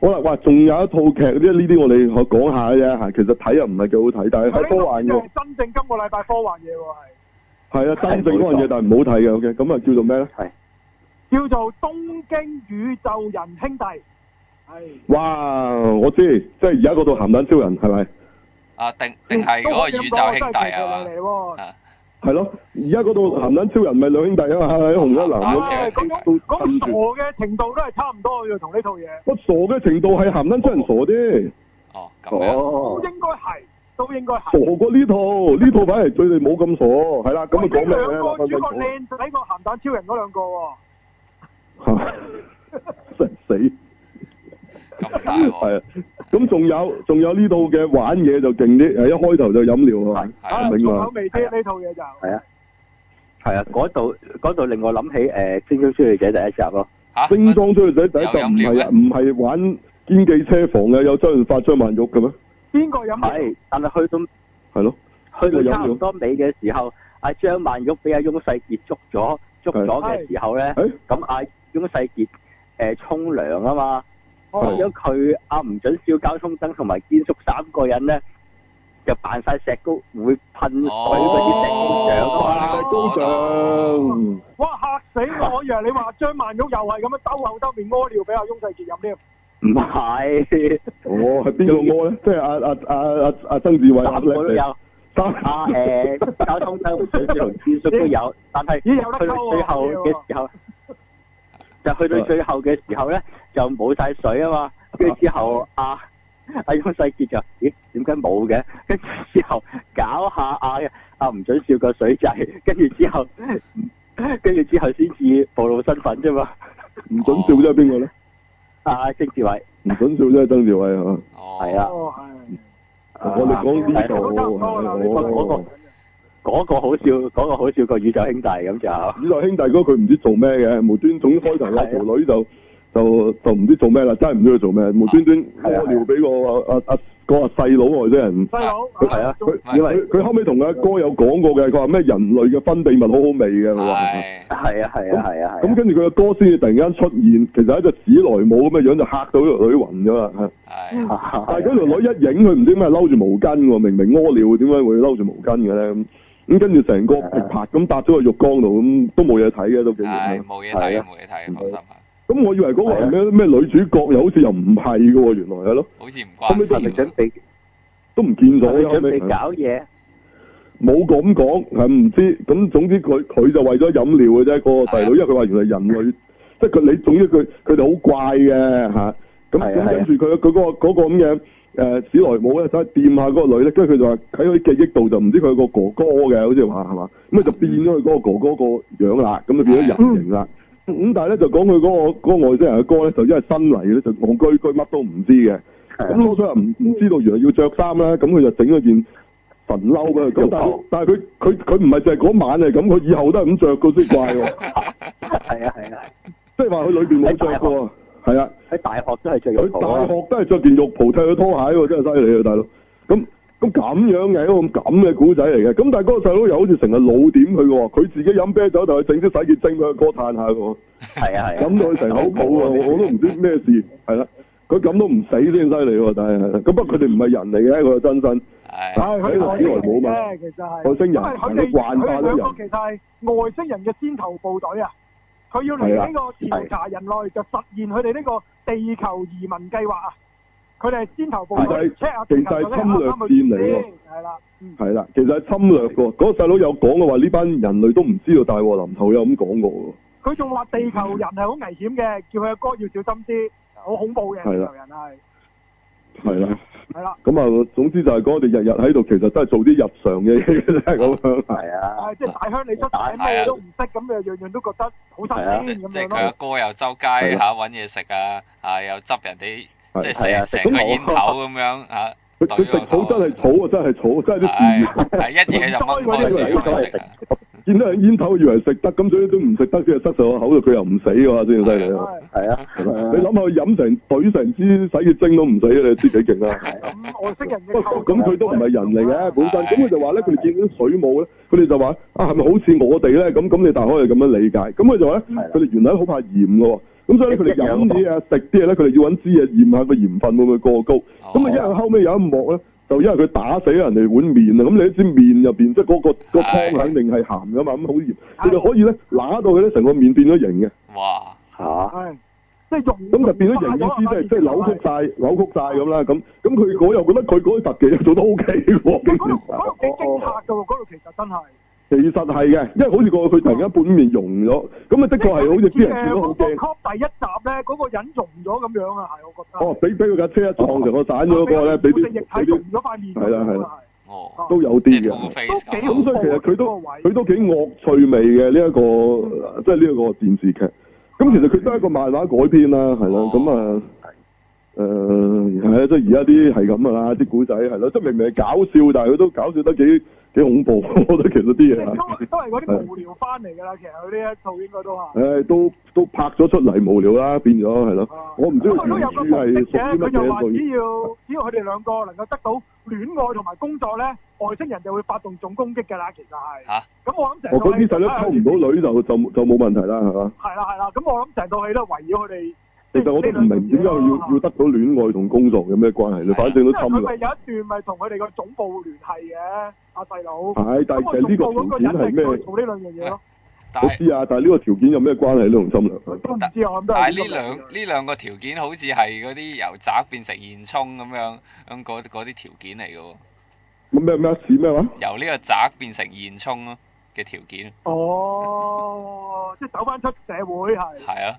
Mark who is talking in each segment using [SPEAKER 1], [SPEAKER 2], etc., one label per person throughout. [SPEAKER 1] 好啦，哇！仲有一套劇呢呢啲我哋可講下嘅啫嚇，其實睇啊唔係幾好睇，但係睇科幻嘅，
[SPEAKER 2] 真正今個禮拜科幻嘢喎係。
[SPEAKER 1] 係啊，真正科幻
[SPEAKER 3] 係冇
[SPEAKER 1] 嘢
[SPEAKER 3] 錯，
[SPEAKER 1] 但係唔好睇嘅，OK，咁啊叫做咩咧？
[SPEAKER 3] 係
[SPEAKER 2] 叫做《東京宇宙人兄弟》。係。
[SPEAKER 1] 哇！我知，即係而家嗰度鹹蛋超人係咪？
[SPEAKER 4] 啊，定定係嗰個宇宙兄弟係嘛？
[SPEAKER 2] 嘛
[SPEAKER 4] 啊，
[SPEAKER 1] 係咯，而家嗰度鹹蛋超人咪兩兄弟啊嘛，係咪紅一
[SPEAKER 4] 啊
[SPEAKER 1] 藍咁
[SPEAKER 4] 係
[SPEAKER 2] 嗰
[SPEAKER 1] 都
[SPEAKER 2] 種嗰種
[SPEAKER 1] 跟
[SPEAKER 2] 傻
[SPEAKER 1] 住。
[SPEAKER 2] 嘅程度都係差唔多嘅，同呢套嘢
[SPEAKER 1] 我傻嘅程度係鹹蛋超人傻啲，
[SPEAKER 4] 哦咁樣，
[SPEAKER 2] 都
[SPEAKER 3] 哦，
[SPEAKER 2] 應該係，都應該係。
[SPEAKER 1] 傻過呢套，呢套反而佢哋冇咁傻，係啦，咁啊
[SPEAKER 2] 喂
[SPEAKER 1] 講咩
[SPEAKER 2] 呢
[SPEAKER 1] 咧？
[SPEAKER 2] 兩
[SPEAKER 1] 嗱
[SPEAKER 2] 個
[SPEAKER 1] 分
[SPEAKER 2] 主角
[SPEAKER 1] 分講
[SPEAKER 2] 靚仔過鹹蛋超人嗰兩個喎，
[SPEAKER 1] 嚇真係死。
[SPEAKER 4] 咁大
[SPEAKER 1] 係
[SPEAKER 4] 喎，
[SPEAKER 1] 啊，咁仲有仲有呢度嘅玩嘢就勁啲，係一開頭就飲料啊，
[SPEAKER 4] 係
[SPEAKER 2] 啊
[SPEAKER 4] 啊
[SPEAKER 1] 明
[SPEAKER 2] 重
[SPEAKER 1] 嘛
[SPEAKER 2] 口？味啲呢套嘢就。
[SPEAKER 3] 係啊，係啊，嗰度嗰度令我諗起誒《精英追女仔》第一集咯，
[SPEAKER 4] 嚇
[SPEAKER 1] 精裝追女仔第一集
[SPEAKER 4] 有
[SPEAKER 1] 唔
[SPEAKER 4] 飲
[SPEAKER 1] 係
[SPEAKER 4] 料
[SPEAKER 1] 啊，唔係玩堅記車房嘅，有周潤發、張曼玉嘅咩？
[SPEAKER 2] 邊個飲
[SPEAKER 3] 係，但係去到
[SPEAKER 1] 係咯，
[SPEAKER 3] 去到差唔多尾嘅時候，阿張曼玉俾阿翁世傑捉咗，捉咗嘅時候咧，
[SPEAKER 1] 誒
[SPEAKER 3] 咁阿翁世傑誒沖涼啊嘛，咁
[SPEAKER 2] 哦
[SPEAKER 1] 係
[SPEAKER 3] 樣佢阿唔准燒交通燈同埋堅叔三個人咧，就扮晒石膏會噴水嗰啲石膏像啊
[SPEAKER 4] 哦
[SPEAKER 3] 嘛，
[SPEAKER 1] 高
[SPEAKER 3] 哦
[SPEAKER 1] 尚
[SPEAKER 2] 哇嚇死我！我以為你話張曼玉又係咁樣兜口兜面屙尿俾阿翁世傑飲添。
[SPEAKER 3] 唔係，
[SPEAKER 1] 哦，係邊個屙咧？即係阿阿阿阿阿曾志偉啊
[SPEAKER 3] 三個都有。
[SPEAKER 1] 三
[SPEAKER 3] 啊誒，交通燈水水同天叔都有，但係
[SPEAKER 2] 咦有得
[SPEAKER 3] 去到
[SPEAKER 2] 溝啊
[SPEAKER 3] 最
[SPEAKER 2] 喎
[SPEAKER 3] 後嘅時候，就去
[SPEAKER 1] 嗯
[SPEAKER 3] 到最後嘅時候咧，就冇晒水啊嘛。跟住之後，
[SPEAKER 1] 嗯
[SPEAKER 3] 阿阿翁世傑就咦點解冇嘅？跟住之後搞下阿阿唔准笑個水掣，跟住之後，跟住之後先至暴露身份啫 嘛。啊
[SPEAKER 1] 唔準笑啫，係邊個咧？
[SPEAKER 3] 阿曾志偉
[SPEAKER 1] 唔準笑啫，係曾志偉係嘛？
[SPEAKER 4] 哦，
[SPEAKER 3] 係啊，
[SPEAKER 2] 哦係。
[SPEAKER 3] Ờ,
[SPEAKER 1] 哦我哋講呢
[SPEAKER 2] 其
[SPEAKER 1] 度
[SPEAKER 2] 實都差唔多啦，呢個
[SPEAKER 3] 嗰個
[SPEAKER 1] 係
[SPEAKER 2] 嗰
[SPEAKER 1] 我。
[SPEAKER 3] 嗰個好笑，嗰個好笑過宇宙兄弟咁就。
[SPEAKER 1] 宇宙兄弟嗰個佢唔知做咩嘅，無端總之開頭有條女就就就唔知做咩啦，真係唔知佢做咩，無端端屙尿俾個阿阿個阿細佬外星人。
[SPEAKER 2] 細佬。
[SPEAKER 3] 佢係啊
[SPEAKER 2] 仲
[SPEAKER 1] 佢佢佢後尾同佢阿哥有講過嘅，佢話咩人類嘅分泌物好好味嘅，佢話。
[SPEAKER 4] 係
[SPEAKER 3] 係啊係啊係啊係
[SPEAKER 1] 咁
[SPEAKER 3] 啊。
[SPEAKER 1] 跟住佢阿哥先至突然間出現，其實係一隻史萊姆咁嘅樣就嚇到條女暈咗啦。係
[SPEAKER 4] 係
[SPEAKER 3] Ờ.
[SPEAKER 1] 但
[SPEAKER 3] 啊
[SPEAKER 1] 係嗰條女一影佢唔知點解嬲住毛巾喎，明明屙尿點解會嬲住毛巾嘅咧？咁咁跟住成個噼啪咁搭咗個浴缸度，咁都冇嘢睇嘅，都幾完
[SPEAKER 4] 係冇嘢睇，冇嘢睇，放心啊，
[SPEAKER 1] 咁我以為嗰個係咩咩女主角，又好似又唔係嘅喎，原來係咯，
[SPEAKER 4] 好似唔
[SPEAKER 1] 後尾
[SPEAKER 4] 關事
[SPEAKER 1] 都
[SPEAKER 3] 係咪準
[SPEAKER 4] 喎，
[SPEAKER 3] 備
[SPEAKER 1] 都唔見咗
[SPEAKER 3] 佢
[SPEAKER 1] 嘅後
[SPEAKER 3] 準備
[SPEAKER 1] 尾
[SPEAKER 3] 搞嘢，
[SPEAKER 1] 冇咁講，係唔知咁總之佢佢就為咗飲料嘅啫，嗰、個細佬，因為佢話原來人類即係佢你總之佢佢哋好怪嘅嚇，咁
[SPEAKER 3] 係
[SPEAKER 1] 咁
[SPEAKER 3] 啊係啊
[SPEAKER 1] 跟住佢佢嗰個嗰個咁嘅誒史萊姆咧，走去掂下嗰個女咧，跟住佢就話喺佢記憶度就唔知佢有個哥哥嘅，好似話係嘛，咁啊就變咗佢嗰個哥哥個樣啦，咁就變咗人形啦。
[SPEAKER 3] 嗯
[SPEAKER 1] 咁但係咧就講佢嗰個嗰個外星人嘅哥咧，就因為新嚟咧就戇居居乜都唔知嘅。咁 老細又唔唔知道原來要着衫啦，咁佢就整咗件神褸俾佢。咁但係但係佢佢佢唔係就係嗰晚係咁，佢以後都係咁着個先怪喎。
[SPEAKER 3] 係啊係啊，
[SPEAKER 1] 即係話佢裏邊冇着過，係啊，
[SPEAKER 3] 喺大學都係最有
[SPEAKER 1] 佢
[SPEAKER 3] 圖
[SPEAKER 1] 大
[SPEAKER 3] 啊，
[SPEAKER 1] 學都係着件浴袍踢佢拖鞋喎，真係犀利啊，大佬。咁咁咁樣嘅一個咁咁嘅古仔嚟嘅，咁但係嗰個細佬又好似成日老點佢嘅喎，佢自己飲啤酒，但係整啲洗潔精俾佢哥嘆下嘅喎。
[SPEAKER 3] 係啊係啊，
[SPEAKER 1] 飲到佢成口泡啊！我我都唔知咩事，係啦，佢咁都唔死先犀利喎，但係係啦咁不過佢哋唔係人嚟嘅，佢係真身，
[SPEAKER 4] 係
[SPEAKER 1] 唉，
[SPEAKER 2] 佢
[SPEAKER 1] 佢
[SPEAKER 2] 外
[SPEAKER 1] 外來冇嘛，
[SPEAKER 2] 其實係
[SPEAKER 1] 外星人
[SPEAKER 2] 因為佢哋
[SPEAKER 1] 佢慣化
[SPEAKER 2] 佢哋
[SPEAKER 1] 咗人
[SPEAKER 2] 兩個其實係外星人嘅先頭部隊啊！佢要嚟呢個調查人類，就實現佢哋呢個地球移民計劃啊！佢哋係先頭部隊
[SPEAKER 1] 其實
[SPEAKER 2] ，check 下地球究竟啱唔啱佢
[SPEAKER 1] 其實係侵略戰嚟喎
[SPEAKER 2] 先係啦，嗯，
[SPEAKER 1] 係啦，其實係侵略過。嗰個細佬有講嘅話，呢班人類都唔知道大禍臨頭，有咁講過喎。
[SPEAKER 2] 佢仲話地球人係好危險嘅，叫佢阿哥要小心啲，好恐怖嘅
[SPEAKER 1] 係
[SPEAKER 2] 地
[SPEAKER 1] 啦
[SPEAKER 2] 球人係，
[SPEAKER 1] 係啦，
[SPEAKER 2] 係啦，
[SPEAKER 1] 咁啊，總之就係講我哋日日喺度，其實都係做啲日常嘅嘢嘅啫，咁樣係。
[SPEAKER 3] 係啊
[SPEAKER 2] 係，即係大鄉里出
[SPEAKER 3] 係
[SPEAKER 2] 仔
[SPEAKER 3] 啊
[SPEAKER 2] 咩都唔識，咁樣樣樣都覺得好
[SPEAKER 4] 即
[SPEAKER 2] 新鮮
[SPEAKER 4] 即
[SPEAKER 2] 咁樣
[SPEAKER 4] 係佢阿
[SPEAKER 2] 咯。
[SPEAKER 4] 哥又周街
[SPEAKER 1] 係
[SPEAKER 4] 嚇揾嘢食啊，啊又執人哋
[SPEAKER 1] 係
[SPEAKER 4] 即
[SPEAKER 3] 係
[SPEAKER 4] 係
[SPEAKER 3] 啊食
[SPEAKER 4] 成成個
[SPEAKER 3] 草
[SPEAKER 4] 煙頭咁樣嚇，
[SPEAKER 1] 佢
[SPEAKER 4] 懟
[SPEAKER 1] 佢食草
[SPEAKER 4] 個
[SPEAKER 1] 真係草啊，真係草，真係啲
[SPEAKER 4] 係
[SPEAKER 1] 樹。
[SPEAKER 4] 係一嘢就掹開樹嚟食啊，
[SPEAKER 1] 見到人煙頭以為食得，咁所以都唔食得，先係塞上個口度，佢又唔死嘅話，先至犀利啊！
[SPEAKER 2] 係
[SPEAKER 3] 係啊，
[SPEAKER 1] 你諗下佢飲成懟成支洗潔精都唔死嘅，你知幾勁啊！
[SPEAKER 2] 咁外星人嘅構
[SPEAKER 1] 咁
[SPEAKER 2] 造
[SPEAKER 1] 佢都唔係人嚟嘅，本身
[SPEAKER 4] 係
[SPEAKER 1] 咁佢就話咧，佢哋見到啲水母咧，佢哋就話啊，係咪好似我哋咧？咁咁你大可以咁樣理解。咁佢就話咧，
[SPEAKER 3] 係啦
[SPEAKER 1] 佢哋原來好怕鹽嘅喎，咁所以咧佢哋飲嘢啊、食啲嘢咧，佢哋要揾支嘢驗下個鹽分會唔會過高。咁啊，因為後尾有一幕咧，就因為佢打死人哋碗面啊，咁你知面入邊即係嗰個個湯肯定係鹹噶嘛，咁好鹽，佢哋可以咧揦到佢咧成個面變咗形嘅，
[SPEAKER 4] 哇，
[SPEAKER 3] 吓，
[SPEAKER 2] 係即係用
[SPEAKER 1] 咁就變咗形意思即係即係扭曲晒、扭曲晒咁啦，咁咁佢我又覺得佢嗰啲特技又做得 O K 喎，
[SPEAKER 2] 其實嗰度嗰度幾驚嚇㗎喎，嗰度其實真係。
[SPEAKER 1] 其實係嘅，因為好似個佢突然間半面溶咗，咁啊的確係好似啲人見到好驚。
[SPEAKER 2] 誒第一集咧，嗰個人溶咗咁樣啊，係我覺得。
[SPEAKER 1] 哦，俾俾佢架車一撞成個散
[SPEAKER 2] Ờ,
[SPEAKER 1] 咗嗰個
[SPEAKER 2] 啊
[SPEAKER 1] 咧，俾啲
[SPEAKER 2] 液體
[SPEAKER 1] 俾
[SPEAKER 2] 溶
[SPEAKER 1] 啲
[SPEAKER 2] 咗塊面。
[SPEAKER 1] 係啦係啦
[SPEAKER 2] 啊，
[SPEAKER 4] 哦，
[SPEAKER 1] 都有
[SPEAKER 4] 即
[SPEAKER 1] 啲
[SPEAKER 4] 係 two
[SPEAKER 1] 嘅。
[SPEAKER 4] face
[SPEAKER 2] 都幾
[SPEAKER 1] 咁
[SPEAKER 2] 好
[SPEAKER 1] 所以其實佢
[SPEAKER 2] 嗰個
[SPEAKER 1] 都
[SPEAKER 2] 位
[SPEAKER 1] 佢都幾惡趣味嘅呢一個，即係呢一個電視劇。咁其實佢都係一個漫畫改編啦，係啦，
[SPEAKER 4] 哦
[SPEAKER 1] 咁啊。誒係啊，即係而家啲係咁噶啦，啲古仔係咯，即係明明係搞笑，但係佢都搞笑得幾幾恐怖， 我覺得其實啲
[SPEAKER 2] 即
[SPEAKER 1] 嘢啊
[SPEAKER 2] 係
[SPEAKER 1] 係。
[SPEAKER 2] 都都係嗰啲無聊翻嚟㗎啦，其實佢呢一套應該都係。
[SPEAKER 1] 唉，都都拍咗出嚟無聊啦，變咗係咯
[SPEAKER 2] 啊。
[SPEAKER 1] 我唔知佢
[SPEAKER 2] 咁佢都
[SPEAKER 1] 原
[SPEAKER 2] 有個
[SPEAKER 1] 著
[SPEAKER 2] 目的
[SPEAKER 1] 係屬
[SPEAKER 2] 嘅，
[SPEAKER 1] 於乜
[SPEAKER 2] 佢就話
[SPEAKER 1] 嘢
[SPEAKER 2] 只
[SPEAKER 1] 類。
[SPEAKER 2] 要只要佢哋兩個能夠得到戀愛同埋工作咧，外星人就會發動總攻擊㗎啦，其實係。
[SPEAKER 4] 嚇
[SPEAKER 2] 咁 我諗成
[SPEAKER 1] 哦，
[SPEAKER 2] 套
[SPEAKER 1] 嗰
[SPEAKER 2] 戲
[SPEAKER 1] 啲細佬溝唔到女就就就冇問題啦，係 嘛？
[SPEAKER 2] 係啦係啦，咁我諗成套戲都係圍繞佢哋。
[SPEAKER 1] 其實我都唔明點解
[SPEAKER 2] 呢兩
[SPEAKER 1] 要
[SPEAKER 2] 個
[SPEAKER 1] 要得到戀愛同工作有咩關係咧？反正
[SPEAKER 2] 因
[SPEAKER 1] 都
[SPEAKER 2] 為
[SPEAKER 1] 侵
[SPEAKER 2] 啊佢
[SPEAKER 1] 㗎。
[SPEAKER 2] 咪有一段咪同佢哋個總部聯繫嘅，阿細佬。
[SPEAKER 1] 係，但係其實呢個
[SPEAKER 2] 咁
[SPEAKER 1] 條
[SPEAKER 2] 我
[SPEAKER 1] 件
[SPEAKER 2] 總部
[SPEAKER 1] 係
[SPEAKER 2] 嗰個人就
[SPEAKER 1] 咩
[SPEAKER 2] 係？做呢兩樣嘢咯，
[SPEAKER 4] 但
[SPEAKER 1] 我
[SPEAKER 4] 係
[SPEAKER 1] 知啊，但係呢個條件有咩關係咧？同侵略
[SPEAKER 2] 我都唔知啊，我諗都係。
[SPEAKER 4] 但係呢兩呢兩個條件好似係嗰啲由宅變成現充咁樣，咁嗰嗰啲條件嚟嘅喎，
[SPEAKER 1] 乜咩咩事咩話？
[SPEAKER 4] 由呢個宅變成現充咯嘅條件，
[SPEAKER 2] 哦，即係走翻出社會係。
[SPEAKER 4] 係啊，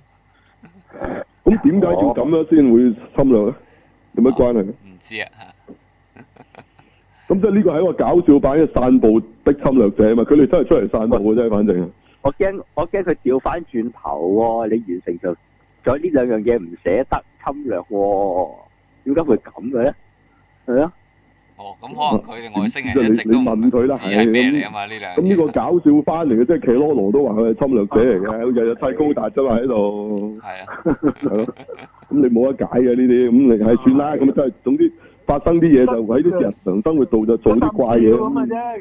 [SPEAKER 1] 咁點解要咁樣先會侵略咧？有咩關係咧？
[SPEAKER 4] 唔知啊嚇。
[SPEAKER 1] 咁即係呢個係一個搞笑版嘅散步的侵略者啊嘛！佢哋真係出嚟散步嘅啫，反正。
[SPEAKER 3] 我驚我驚佢調翻轉頭喎，你完成就咗呢兩樣嘢唔捨得侵略喎，點解會咁嘅咧？係啊，
[SPEAKER 4] 哦，咁可能佢哋外星人一直都唔
[SPEAKER 1] 你你問佢啦
[SPEAKER 4] 知係咩嚟啊嘛？呢兩
[SPEAKER 1] 咁呢個搞笑翻嚟嘅，即係騎羅羅都話佢係侵略者
[SPEAKER 4] 啊
[SPEAKER 1] 嚟嘅，日日砌高達啫嘛喺度，
[SPEAKER 4] 係啊，
[SPEAKER 1] 係咯。 咁你冇得解嘅呢啲，咁你係算啦。咁啊真係總之發生啲嘢就喺啲日常生活度就做啲怪嘢。
[SPEAKER 2] 咁嘅
[SPEAKER 1] 我
[SPEAKER 2] 啫，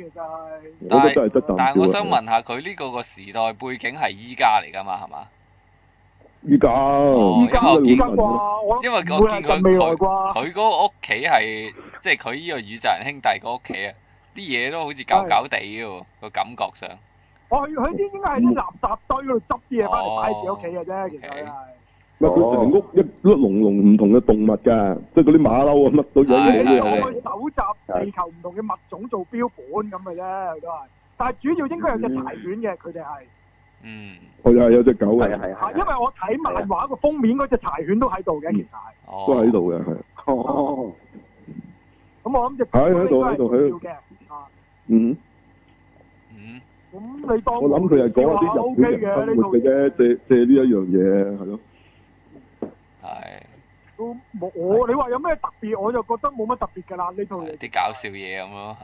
[SPEAKER 1] 覺
[SPEAKER 2] 其實係。
[SPEAKER 1] 得真係得啖笑啊
[SPEAKER 4] 但係我想問下佢呢個個時代背景係依家嚟㗎嘛？係嘛？
[SPEAKER 1] 依家 Ờ,
[SPEAKER 4] 哦因為我
[SPEAKER 2] 依
[SPEAKER 4] 見
[SPEAKER 2] 家
[SPEAKER 1] 好多人
[SPEAKER 2] 啩，我
[SPEAKER 4] 因為我
[SPEAKER 2] 唔會係
[SPEAKER 4] 見
[SPEAKER 2] 咁
[SPEAKER 4] 佢
[SPEAKER 2] 未來
[SPEAKER 4] 佢
[SPEAKER 2] 啩，
[SPEAKER 4] 佢嗰個屋企係即係佢呢個宇宙人兄弟個屋企啊，啲嘢都好似搞搞地嘅喎，個感覺上。
[SPEAKER 2] 我佢佢啲應該係啲垃圾堆嗰度執啲嘢翻嚟擺喺自己屋企嘅啫，其實係。
[SPEAKER 1] 唔係
[SPEAKER 4] 哦
[SPEAKER 1] 佢成屋一碌龍龍唔同嘅動物㗎，即係嗰啲馬騮啊乜都樣
[SPEAKER 4] 係
[SPEAKER 1] 嘢都
[SPEAKER 2] 佢
[SPEAKER 1] 有
[SPEAKER 4] 係
[SPEAKER 1] 嘅
[SPEAKER 4] 係。
[SPEAKER 2] 佢搜集地球唔同嘅物種做標本咁嘅啫，佢都係。但係主要應該有隻柴犬嘅，佢哋係。
[SPEAKER 4] 嗯，
[SPEAKER 1] 佢又係有隻狗
[SPEAKER 3] 係啊
[SPEAKER 1] 嘅，
[SPEAKER 3] 係啊
[SPEAKER 2] 啊，因為
[SPEAKER 3] 係啊，
[SPEAKER 2] 我睇漫畫個封面嗰隻柴犬都喺度嘅，其實係。
[SPEAKER 4] 哦，
[SPEAKER 1] 都喺。度嘅，係。
[SPEAKER 3] 哦，
[SPEAKER 2] 咁我諗隻
[SPEAKER 1] 係喺度喺
[SPEAKER 2] 應該係
[SPEAKER 1] 度喺度
[SPEAKER 2] 重要嘅。啊，
[SPEAKER 1] 嗯，
[SPEAKER 4] 嗯，
[SPEAKER 2] 咁你當
[SPEAKER 1] 我諗佢係講下啲日本人生活嘅啫，借借呢一樣嘢係咯。
[SPEAKER 4] 係
[SPEAKER 2] 都冇我你話有咩特別，我就覺得冇乜特別㗎啦呢套嘢。
[SPEAKER 4] 係啲搞笑嘢咁咯。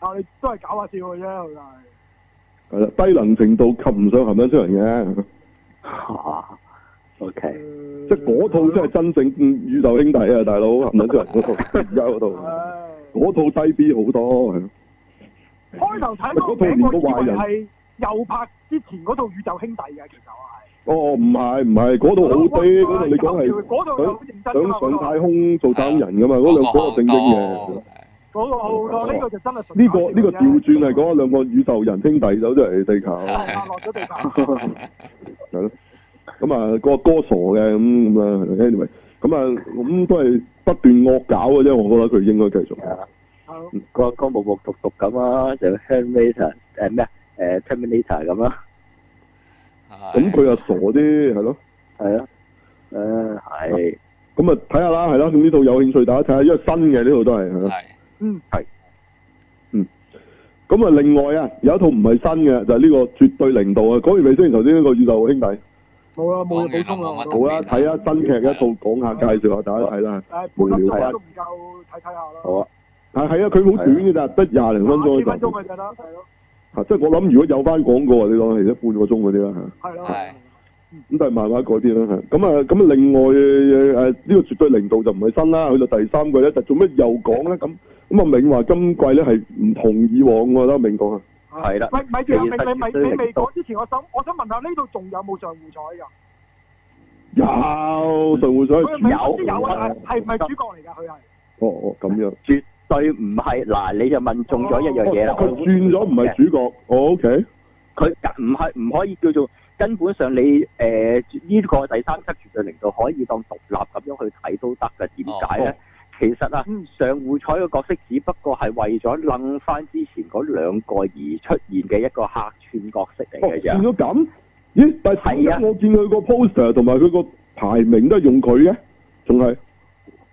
[SPEAKER 2] 啊，你都係搞下笑嘅啫，佢係。
[SPEAKER 1] 係啦，低能程度及唔上含撚出人嘅，
[SPEAKER 3] 嚇，OK，
[SPEAKER 1] 即係嗰套真係真正宇宙兄弟啊，大佬含撚出人嗰套，而家嗰套，
[SPEAKER 2] 唉
[SPEAKER 1] 嗰套低 B 好多，係
[SPEAKER 2] 開頭睇嗰個名，我以為係又拍之前嗰套宇宙兄弟嘅，其實我
[SPEAKER 1] 哦唔係唔係，嗰套
[SPEAKER 2] 係。
[SPEAKER 1] 好啲，嗰套你講係
[SPEAKER 2] 嗰套好認真㗎嘛
[SPEAKER 1] 想上太
[SPEAKER 2] 嗰
[SPEAKER 1] 空做太空人噶嘛，嗰
[SPEAKER 4] 哦
[SPEAKER 1] 兩嗰個正經嘅。
[SPEAKER 2] 個嗰個好多，呢個就真係
[SPEAKER 1] 呢個呢個調轉係講兩個宇宙人兄弟走出嚟地球，係
[SPEAKER 2] 係落咗地球。
[SPEAKER 1] 咯。咁啊，個歌傻嘅咁咁啦，anyway，咁啊，咁都係不斷惡搞嘅啫，我覺得佢應該繼續。
[SPEAKER 2] 係
[SPEAKER 3] 個個木木獨獨咁啊，就 Terminator 誒咩啊誒 Terminator 咁啊，
[SPEAKER 1] 咁佢又傻啲，係咯。
[SPEAKER 3] 係啊，誒係
[SPEAKER 1] 咁啊，睇下啦，係啦。咁呢套有興趣大家睇下，因為新嘅呢套都係係啊啦。
[SPEAKER 4] 係
[SPEAKER 2] 嗯，
[SPEAKER 1] 咁啊，另外啊，有一套唔係新嘅，就係呢個絕對零度啊。講完未先？頭先呢個宇宙兄弟，
[SPEAKER 2] 冇啦，冇嘢補充啦，我
[SPEAKER 1] 好啦，睇下新劇一套講下介紹下大家睇啦。
[SPEAKER 2] 誒半粒鐘都唔夠睇睇下啦。
[SPEAKER 3] 好啊，
[SPEAKER 1] 啊，係啊，佢好短嘅咋，得廿零分鐘
[SPEAKER 2] 哦幾
[SPEAKER 1] 嗰
[SPEAKER 2] 分
[SPEAKER 1] 集
[SPEAKER 2] 鐘。咪得啦，係咯，
[SPEAKER 1] 啊，即係我諗，如果有翻廣告啊，你講係一半個鐘嗰啲啦嚇，
[SPEAKER 2] 係咯。
[SPEAKER 1] 咁但係漫畫改編啦嚇，咁啊咁啊另外誒誒呢個絕對零度就唔係新啦，去到第三季咧，就做咩又講咧咁？咁啊明話今季咧係唔同以往喎，啦明講啊，
[SPEAKER 3] 係啦
[SPEAKER 2] 咪咪住啊，咪咪咪你未講之前，我想我想問下呢度仲有冇上戶彩㗎？
[SPEAKER 1] 有上回
[SPEAKER 2] 佢係
[SPEAKER 1] 水
[SPEAKER 2] 咪
[SPEAKER 3] 有
[SPEAKER 2] 有啊？
[SPEAKER 1] 哦
[SPEAKER 2] 係咪主角嚟㗎？佢係
[SPEAKER 1] 哦咁樣，
[SPEAKER 3] 絕對唔係嗱，你就問中咗一樣嘢啦。
[SPEAKER 1] 哦佢轉咗唔係主角，哦
[SPEAKER 3] 啊
[SPEAKER 1] OK，
[SPEAKER 3] 佢唔係唔可以叫做根本上你誒呢、個第三輯絕對零度可以當獨立咁樣去睇都得嘅，點解咧？
[SPEAKER 1] 哦
[SPEAKER 3] 其實啊，
[SPEAKER 2] 嗯
[SPEAKER 3] 上戶彩嘅角色只不過係為咗楞翻之前嗰兩個而出現嘅一個客串角色嚟
[SPEAKER 1] 哦
[SPEAKER 3] 嘅
[SPEAKER 1] 變
[SPEAKER 3] 啫。
[SPEAKER 1] 咗咁，咦？但係點
[SPEAKER 3] 啊係啊
[SPEAKER 1] 解我見佢個 poster 同埋佢個排名都係用佢嘅，仲係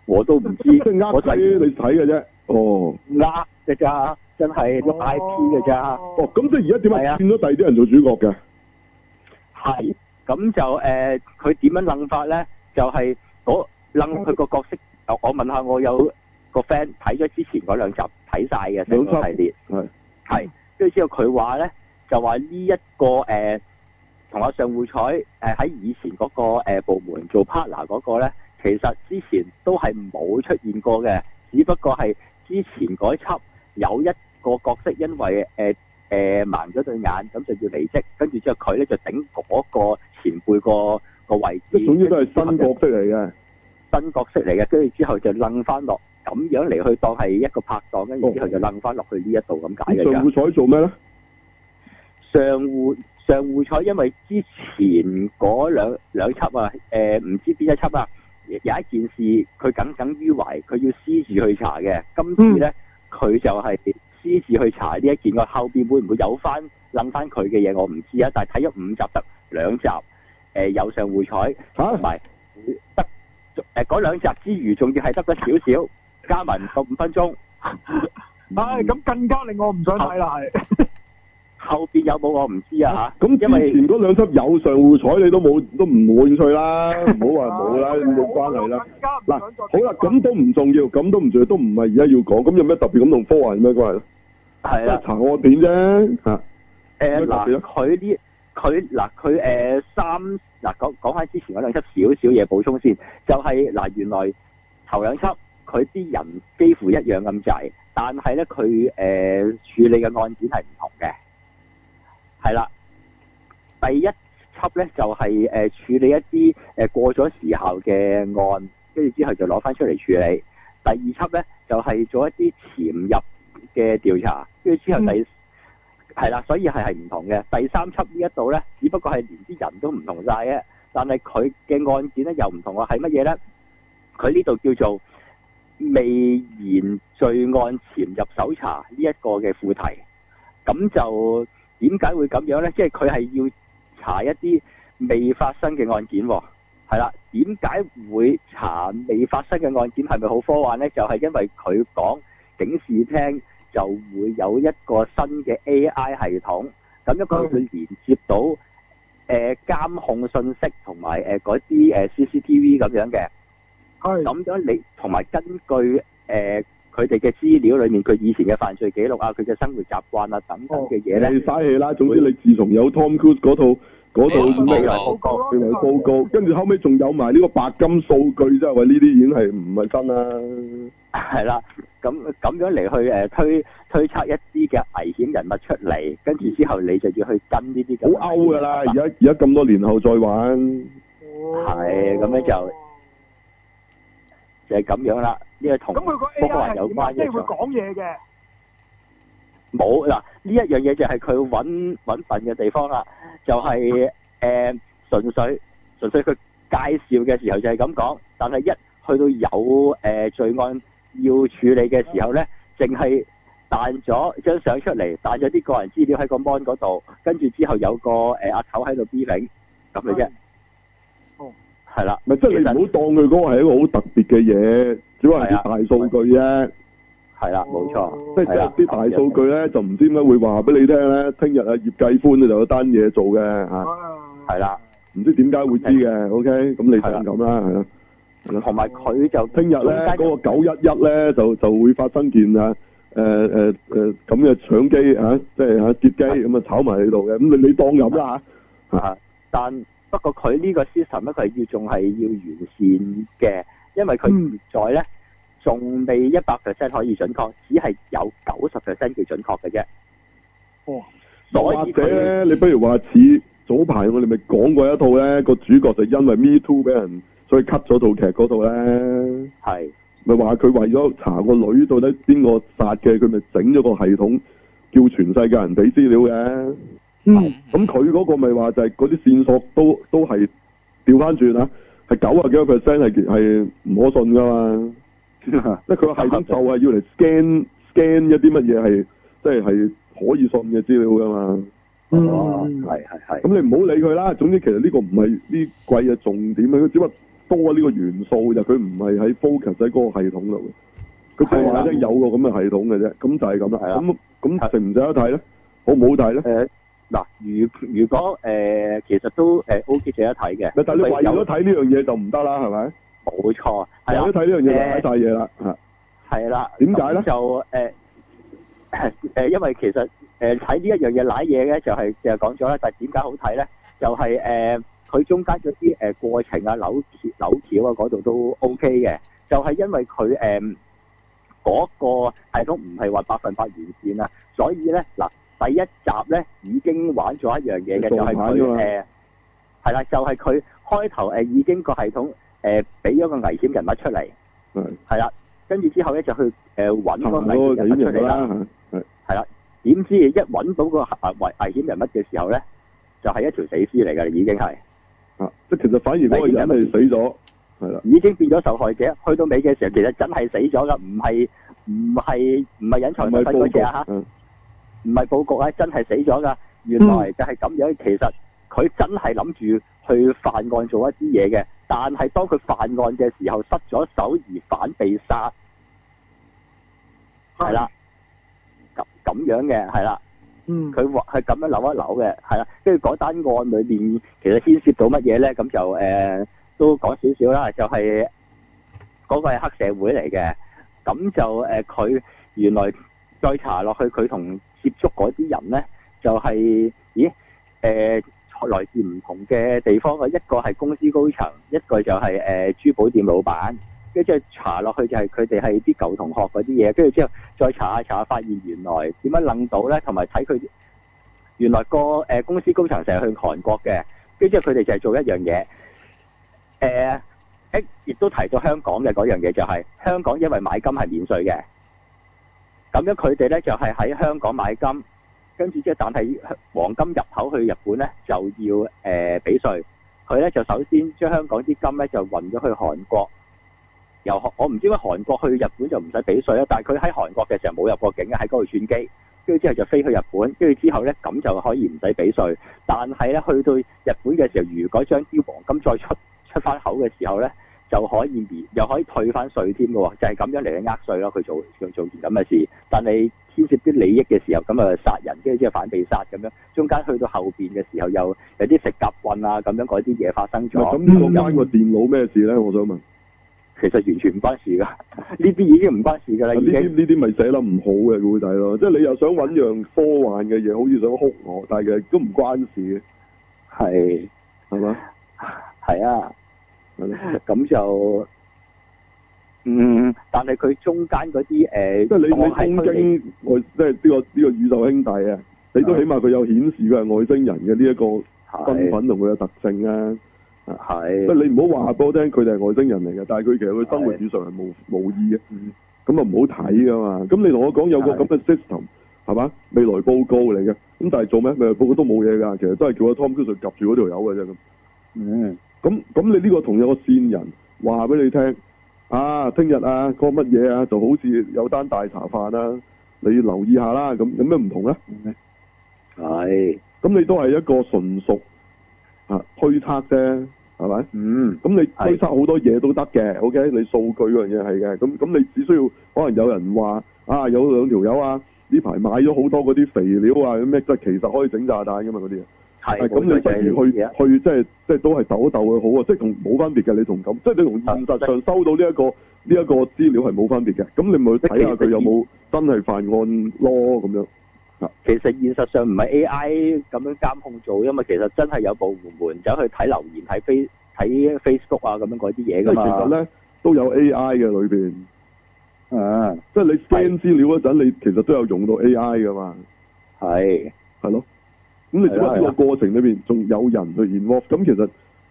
[SPEAKER 3] 我都唔知
[SPEAKER 1] 即，係呃
[SPEAKER 3] 我
[SPEAKER 1] 睇
[SPEAKER 3] 睇
[SPEAKER 1] 你睇嘅啫。哦，
[SPEAKER 3] 呃嘅咋，真係碌 I P 嘅咋。
[SPEAKER 1] 哦，咁即係而家點
[SPEAKER 3] 係
[SPEAKER 1] 啊？
[SPEAKER 3] 啊
[SPEAKER 1] 變咗第二啲人做主角嘅，
[SPEAKER 3] 係，咁就誒，佢、點樣楞法咧？就係嗰楞佢個角色，我我問下我有個 friend 睇咗之前嗰兩集，睇晒嘅成
[SPEAKER 1] 兩
[SPEAKER 3] 個
[SPEAKER 1] 集
[SPEAKER 3] 系列，
[SPEAKER 1] 係
[SPEAKER 3] 啊係，跟住之後佢話咧，就話呢一個誒，同、阿上戶彩誒喺以前嗰、個、呃、部門做 partner 嗰個咧，其實之前都係冇出現過嘅，只不過係之前嗰輯有一個角色因為誒。呃誒盲咗對眼，咁就要離職，跟住之後佢咧就頂嗰個前輩個個位
[SPEAKER 1] 即係
[SPEAKER 3] 置，
[SPEAKER 1] 總之都係新角色嚟嘅。
[SPEAKER 3] 新角色嚟嘅，跟住之後就楞翻落咁樣嚟去當係一個拍檔，跟住之後就楞翻落去呢一度咁解嘅
[SPEAKER 1] 哦咁
[SPEAKER 3] 啫
[SPEAKER 1] 上。戶彩做咩咧？
[SPEAKER 3] 上户上户彩，因為之前嗰兩兩輯啊，誒、唔知邊一輯啊，有一件事佢耿耿於懷，佢要私自去查嘅。今次咧，佢、就係私自去查呢一件，我後邊會唔會有翻諗翻佢嘅嘢，我唔知啊。但係睇咗五集得兩集，誒、有上户彩
[SPEAKER 1] 嚇、
[SPEAKER 3] 同埋得誒嗰兩集之餘，仲要係得咗少少，加埋唔夠五分鐘。
[SPEAKER 2] 唉，咁更加令我唔想睇啦，係。
[SPEAKER 3] 後邊有冇我唔知啊嚇。
[SPEAKER 1] 咁之
[SPEAKER 3] 因為
[SPEAKER 1] 前嗰兩輯有上互彩，你都冇都唔冇興趣啦，唔好話冇 啦，冇關係啦。。嗱，好啦，咁都唔重要，咁都唔重要，都唔係而家要講。咁有咩特別咁同科幻有咩關係咧？
[SPEAKER 3] 係啊啦
[SPEAKER 1] 都係。啊查案片啫，嚇
[SPEAKER 3] 誒
[SPEAKER 1] 咩特別
[SPEAKER 3] 呃嗱，
[SPEAKER 1] 咧
[SPEAKER 3] 佢呢佢嗱佢誒三嗱講講翻之前嗰兩輯少少嘢補充先，就係、嗱原來頭兩輯佢啲人幾乎一樣咁滯，但係咧佢誒處理嘅案件係唔同嘅，係啦。第一輯咧就係、誒、處理一啲誒、呃過咗時效嘅案，跟住之後就攞翻出嚟處理。第二輯咧就係、做一啲潛入嘅調查，跟住之後第、係啦，所以係係唔同嘅。第三輯呢一度咧，只不過係連啲人都唔同晒嘅，但係佢嘅案件咧又唔同喎，係乜嘢咧？佢呢度叫做未然罪案潛入搜查呢一個嘅副題，咁就點解會咁樣咧？即係佢係要查一啲未發生嘅案件喎。係啦，點解會查未發生嘅案件係咪好科幻咧？就係、因為佢講警視廳就會有一個新嘅 AI 系統，咁一個
[SPEAKER 2] 嗯
[SPEAKER 3] 佢連接到誒、呃、監控信息同埋誒嗰啲呃誒 CCTV 咁樣嘅。
[SPEAKER 2] 係。
[SPEAKER 3] 咁樣你同埋根據誒佢哋嘅資料裏面，佢以前嘅犯罪記錄啊，佢嘅生活習慣啊等等嘅嘢咧，
[SPEAKER 1] 你嘥氣啦。總之你自從有 Tom Cruise 嗰套嗰套
[SPEAKER 4] 未
[SPEAKER 1] 咩
[SPEAKER 4] 來
[SPEAKER 1] 啊
[SPEAKER 4] 報
[SPEAKER 2] 告
[SPEAKER 1] 未來報告，跟住後尾仲有埋呢個白金數據，即係話呢啲已經係唔係真啦？
[SPEAKER 3] 係啦，咁咁樣嚟去誒、呃推推測一啲嘅危險人物出嚟，跟住之後你就要去跟呢啲咁嘅
[SPEAKER 1] 好歐㗎啦！而
[SPEAKER 3] 危險人物
[SPEAKER 1] 家而家咁多年後再玩，
[SPEAKER 3] 係咁樣就就係咁樣啦。呢、個同
[SPEAKER 2] 咁佢個
[SPEAKER 3] 科
[SPEAKER 2] AI
[SPEAKER 3] 幻有
[SPEAKER 2] 係點啊
[SPEAKER 3] 關
[SPEAKER 2] 即係
[SPEAKER 3] 嘅
[SPEAKER 2] 會
[SPEAKER 3] 就
[SPEAKER 2] 講嘢嘅。
[SPEAKER 3] 冇嗱，呢一樣嘢就係佢揾揾笨嘅地方啦，就係、誒、純粹純粹佢介紹嘅時候就係咁講，但係一去到有誒、罪案要處理嘅時候咧，淨係彈咗張相出嚟，彈咗啲個人資料喺個 mon 嗰度，跟住之後有個誒阿頭喺度 B 領咁嘅啫，係啦，
[SPEAKER 1] 咪即係你唔好當佢嗰個係一個好特別嘅嘢，只不過係
[SPEAKER 3] 係啊
[SPEAKER 1] 啲大數據啫。
[SPEAKER 3] 係啦，冇錯。
[SPEAKER 1] 即係
[SPEAKER 3] 係啊
[SPEAKER 1] 啲大數據咧，就唔知點解會話俾你聽咧。聽日啊，葉繼歡就有單嘢做嘅嚇，
[SPEAKER 3] 係
[SPEAKER 2] 係
[SPEAKER 3] 啦，
[SPEAKER 1] 唔知點解會知嘅。OK，咁你想咁啦，係咯，係咯。
[SPEAKER 3] 同埋佢就
[SPEAKER 1] 聽日咧嗰個九一一咧就就會發生件啊誒誒誒咁嘅搶機嚇，即係嚇劫機咁啊炒埋你度嘅。咁你你當咁啦嚇。
[SPEAKER 3] 啊，但不過佢呢個 system 咧，佢要仲係要完善嘅，因為佢
[SPEAKER 1] 嗯
[SPEAKER 3] 現在咧仲未一百 percent 可以準確，只係有九十 percent 叫準確嘅啫。
[SPEAKER 2] 哦，
[SPEAKER 3] 所
[SPEAKER 1] 或
[SPEAKER 3] 以
[SPEAKER 1] 者
[SPEAKER 3] 佢
[SPEAKER 1] 咧，你不如話似早早排我哋咪講過一套咧，個主角就因為 Me Too 俾人所以 cut 咗套劇嗰套咧，
[SPEAKER 3] 係
[SPEAKER 1] 咪話佢為咗查個女到底邊個殺嘅，佢咪整咗個系統叫全世界人俾資料嘅。
[SPEAKER 5] 嗯，
[SPEAKER 1] 咁佢嗰個咪話就係嗰啲線索都都係調翻轉啦，係九啊幾個 percent 係係唔可信噶嘛， 即係佢個系統就係要嚟 scan scan 一啲乜嘢係即係係可以信嘅資料噶嘛。
[SPEAKER 5] 嗯
[SPEAKER 3] 哦係係係，
[SPEAKER 1] 咁你唔好理佢啦。總之其實呢個唔係呢季嘅重點佢只不過多呢個元素就佢唔係喺 focus 喺嗰個系統度嘅。佢就話咧
[SPEAKER 3] 係啦啊
[SPEAKER 1] 有個咁嘅系統嘅啫，咁就係咁
[SPEAKER 3] 係啊
[SPEAKER 1] 啦。
[SPEAKER 3] 啦
[SPEAKER 1] 咁咁
[SPEAKER 3] 係
[SPEAKER 1] 值唔值得睇咧？好唔好睇咧？
[SPEAKER 3] 誒嗱，如如果誒其實都誒 O K 值得睇嘅，
[SPEAKER 1] 咪啊但係你為咗
[SPEAKER 3] 有
[SPEAKER 1] 睇呢樣嘢就唔得啦，係咪？
[SPEAKER 3] 冇錯，
[SPEAKER 1] 為
[SPEAKER 3] 係啊啦
[SPEAKER 1] 咗睇呢樣嘢就睇晒嘢啦。嚇
[SPEAKER 3] 係啦，
[SPEAKER 1] 點解咧
[SPEAKER 3] 咁就 誒誒，因為其實誒睇呢一樣嘢賴嘢咧，就係就係講咗啦，但係點解好睇咧？就係誒佢中間嗰啲誒過程啊、扭橋扭橋啊嗰度都 O K 嘅，就係因為佢誒嗰個系統唔係話百分百完善啊，所以咧嗱第一集咧已經玩咗一樣嘢嘅，就係佢
[SPEAKER 1] 做牌
[SPEAKER 3] 誒係啦，就係佢開頭誒已經個系統誒俾咗個危險人物出嚟。
[SPEAKER 1] 係
[SPEAKER 3] 係啦，跟住之後咧就去誒揾
[SPEAKER 1] 查
[SPEAKER 3] 嗰個危
[SPEAKER 1] 嗯嗰個
[SPEAKER 3] 險人
[SPEAKER 1] 幾
[SPEAKER 3] 物出
[SPEAKER 1] 人
[SPEAKER 3] 嚟
[SPEAKER 1] 啦
[SPEAKER 3] 啦。
[SPEAKER 1] 嚇。係
[SPEAKER 3] 點知一揾到個危危險人物嘅時候咧，就係、一條死屍嚟㗎，已經係
[SPEAKER 1] 啊，即係其實反而嗰個人係死咗，係啦。
[SPEAKER 3] 已經變咗受害者。去到尾嘅時候，其實真係死咗㗎，唔係唔係唔係隱
[SPEAKER 1] 唔係
[SPEAKER 3] 藏身份
[SPEAKER 1] 報
[SPEAKER 3] 嗰
[SPEAKER 1] 復
[SPEAKER 3] 只啊
[SPEAKER 1] 嗯
[SPEAKER 3] 嚇，唔係佈局啊，真係死咗㗎。原來就係咁樣，其實佢真係諗住去犯案做一啲嘢嘅，但係當佢犯案嘅時候失咗手而反被殺。係啦，咁咁樣嘅係啦，
[SPEAKER 2] Ừ.
[SPEAKER 5] 嗯
[SPEAKER 3] 佢話係咁樣扭一扭嘅，係啦，跟住嗰單案裏面其實牽涉到乜嘢咧？咁就誒、呃都講少少啦，就係、嗰、個係黑社會嚟嘅，咁就誒佢、原來再查落去，佢同接觸嗰啲人咧，就係、咦誒、呃來自唔同嘅地方嘅，一個係公司高層，一個就係、呃珠寶店老闆，跟住之後查落去就係佢哋係啲舊同學嗰啲嘢，跟住之後再查下查下，發現原來點樣楞到咧，同埋睇佢原來個誒、呃公司高層成日去韓國嘅，跟住之後佢哋就係做一樣嘢，誒、誒亦都提到香港嘅嗰樣嘢就係、香港因為買金係免税嘅，咁樣佢哋咧就係、喺香港買金，跟住之後但係黃金入口去日本咧就要誒俾、税，佢咧就首先將香港啲金咧就運咗去韓國。由韓我唔知點解韓國去日本就唔使俾税啦，但係佢喺韓國嘅時候冇入過境啊嘅，喺嗰度轉機，跟住之後就飛去日本，跟住之後咧咁就可以唔使俾税。但係咧去到日本嘅時候，如果將啲黃金再出出翻口嘅時候咧，就可以免又可以退翻税添嘅喎，就係、咁樣嚟去呃税咯。佢做佢做件咁嘅事，但係牽涉啲利益嘅時候，咁啊殺人，跟住之後反被殺咁樣，中間去到後邊嘅時候又有啲食夾棍啊咁樣嗰啲嘢發生咗。
[SPEAKER 1] 咁呢個關個電腦咩事咧？我想問。
[SPEAKER 3] 嗯其實完全唔關事噶， 呢啲已經唔關事噶啦，
[SPEAKER 1] 呢
[SPEAKER 3] 已
[SPEAKER 1] 啲
[SPEAKER 3] 經
[SPEAKER 1] 呢啲咪寫得唔好嘅古仔咯，即係你又想揾樣科幻嘅嘢，好似想哭我，但係其實都唔關事
[SPEAKER 3] 係
[SPEAKER 1] 嘅，係嘛？
[SPEAKER 3] 係啊，
[SPEAKER 1] 係咯，
[SPEAKER 3] 咁就嗯，但係佢中間嗰啲誒，
[SPEAKER 1] 即係你
[SPEAKER 3] 當係
[SPEAKER 1] 你
[SPEAKER 3] 推
[SPEAKER 1] 東
[SPEAKER 3] 理
[SPEAKER 1] 京外，即係呢個呢個宇宙兄弟啊，你都起碼佢有顯示佢係外星人嘅呢一個身
[SPEAKER 3] 係
[SPEAKER 1] 份同佢嘅特性啊。即
[SPEAKER 3] 係
[SPEAKER 1] 係你唔好話俾我聽佢哋係外星人嚟嘅，但係佢其實佢生活以上係無無意嘅，
[SPEAKER 3] 嗯
[SPEAKER 1] 咁啊唔好睇噶嘛。咁你同我講有個咁嘅 system 係嘛？未來報告嚟嘅，咁但係做咩？未來報告都冇嘢㗎，其實都係叫阿 Tom Cruise 夾住嗰條友嘅啫咁。
[SPEAKER 3] 嗯
[SPEAKER 1] 咁咁你呢個同有個線人話俾你聽，啊，聽日啊，嗰個乜嘢啊，就好似有單大茶飯啦、你要留意下啦，咁有咩唔同咧？
[SPEAKER 3] 嗯係
[SPEAKER 1] 咁你都係一個純屬啊推測啫，係咪？
[SPEAKER 3] 嗯
[SPEAKER 1] 咁你推測好多嘢都得嘅，OK？你數據嗰樣嘢係嘅，咁咁你只需要可能有人話啊，有兩條友啊，呢排買咗好多嗰啲肥料啊，咁咩即係其實可以整炸彈噶嘛嗰啲嘢。
[SPEAKER 3] 係
[SPEAKER 1] 係咁，你不如去去即係即係都係鬥一鬥佢好啊！即係同冇分別嘅，你同咁，啊即係你同現實上收到呢、一個呢一、個資料係冇分別嘅。咁你咪去睇下佢有冇真係犯案咯咁樣。
[SPEAKER 3] 其實現實上唔係 A.I. 咁樣監控做，因為其實真係有部門走去睇留言、睇 Face 睇 Facebook 啊咁樣嗰啲嘢
[SPEAKER 1] 因
[SPEAKER 3] 噶
[SPEAKER 1] 為其
[SPEAKER 3] 嘛。
[SPEAKER 1] 實咧都有 A I 嘅裏邊，
[SPEAKER 3] 嗯，
[SPEAKER 1] 即啊係你 scan 資料嗰陣，你其實都有用到 A I 噶嘛，
[SPEAKER 3] 係
[SPEAKER 1] 係咯。啊你只不過呢個過程裏邊仲有人去 involve，咁其實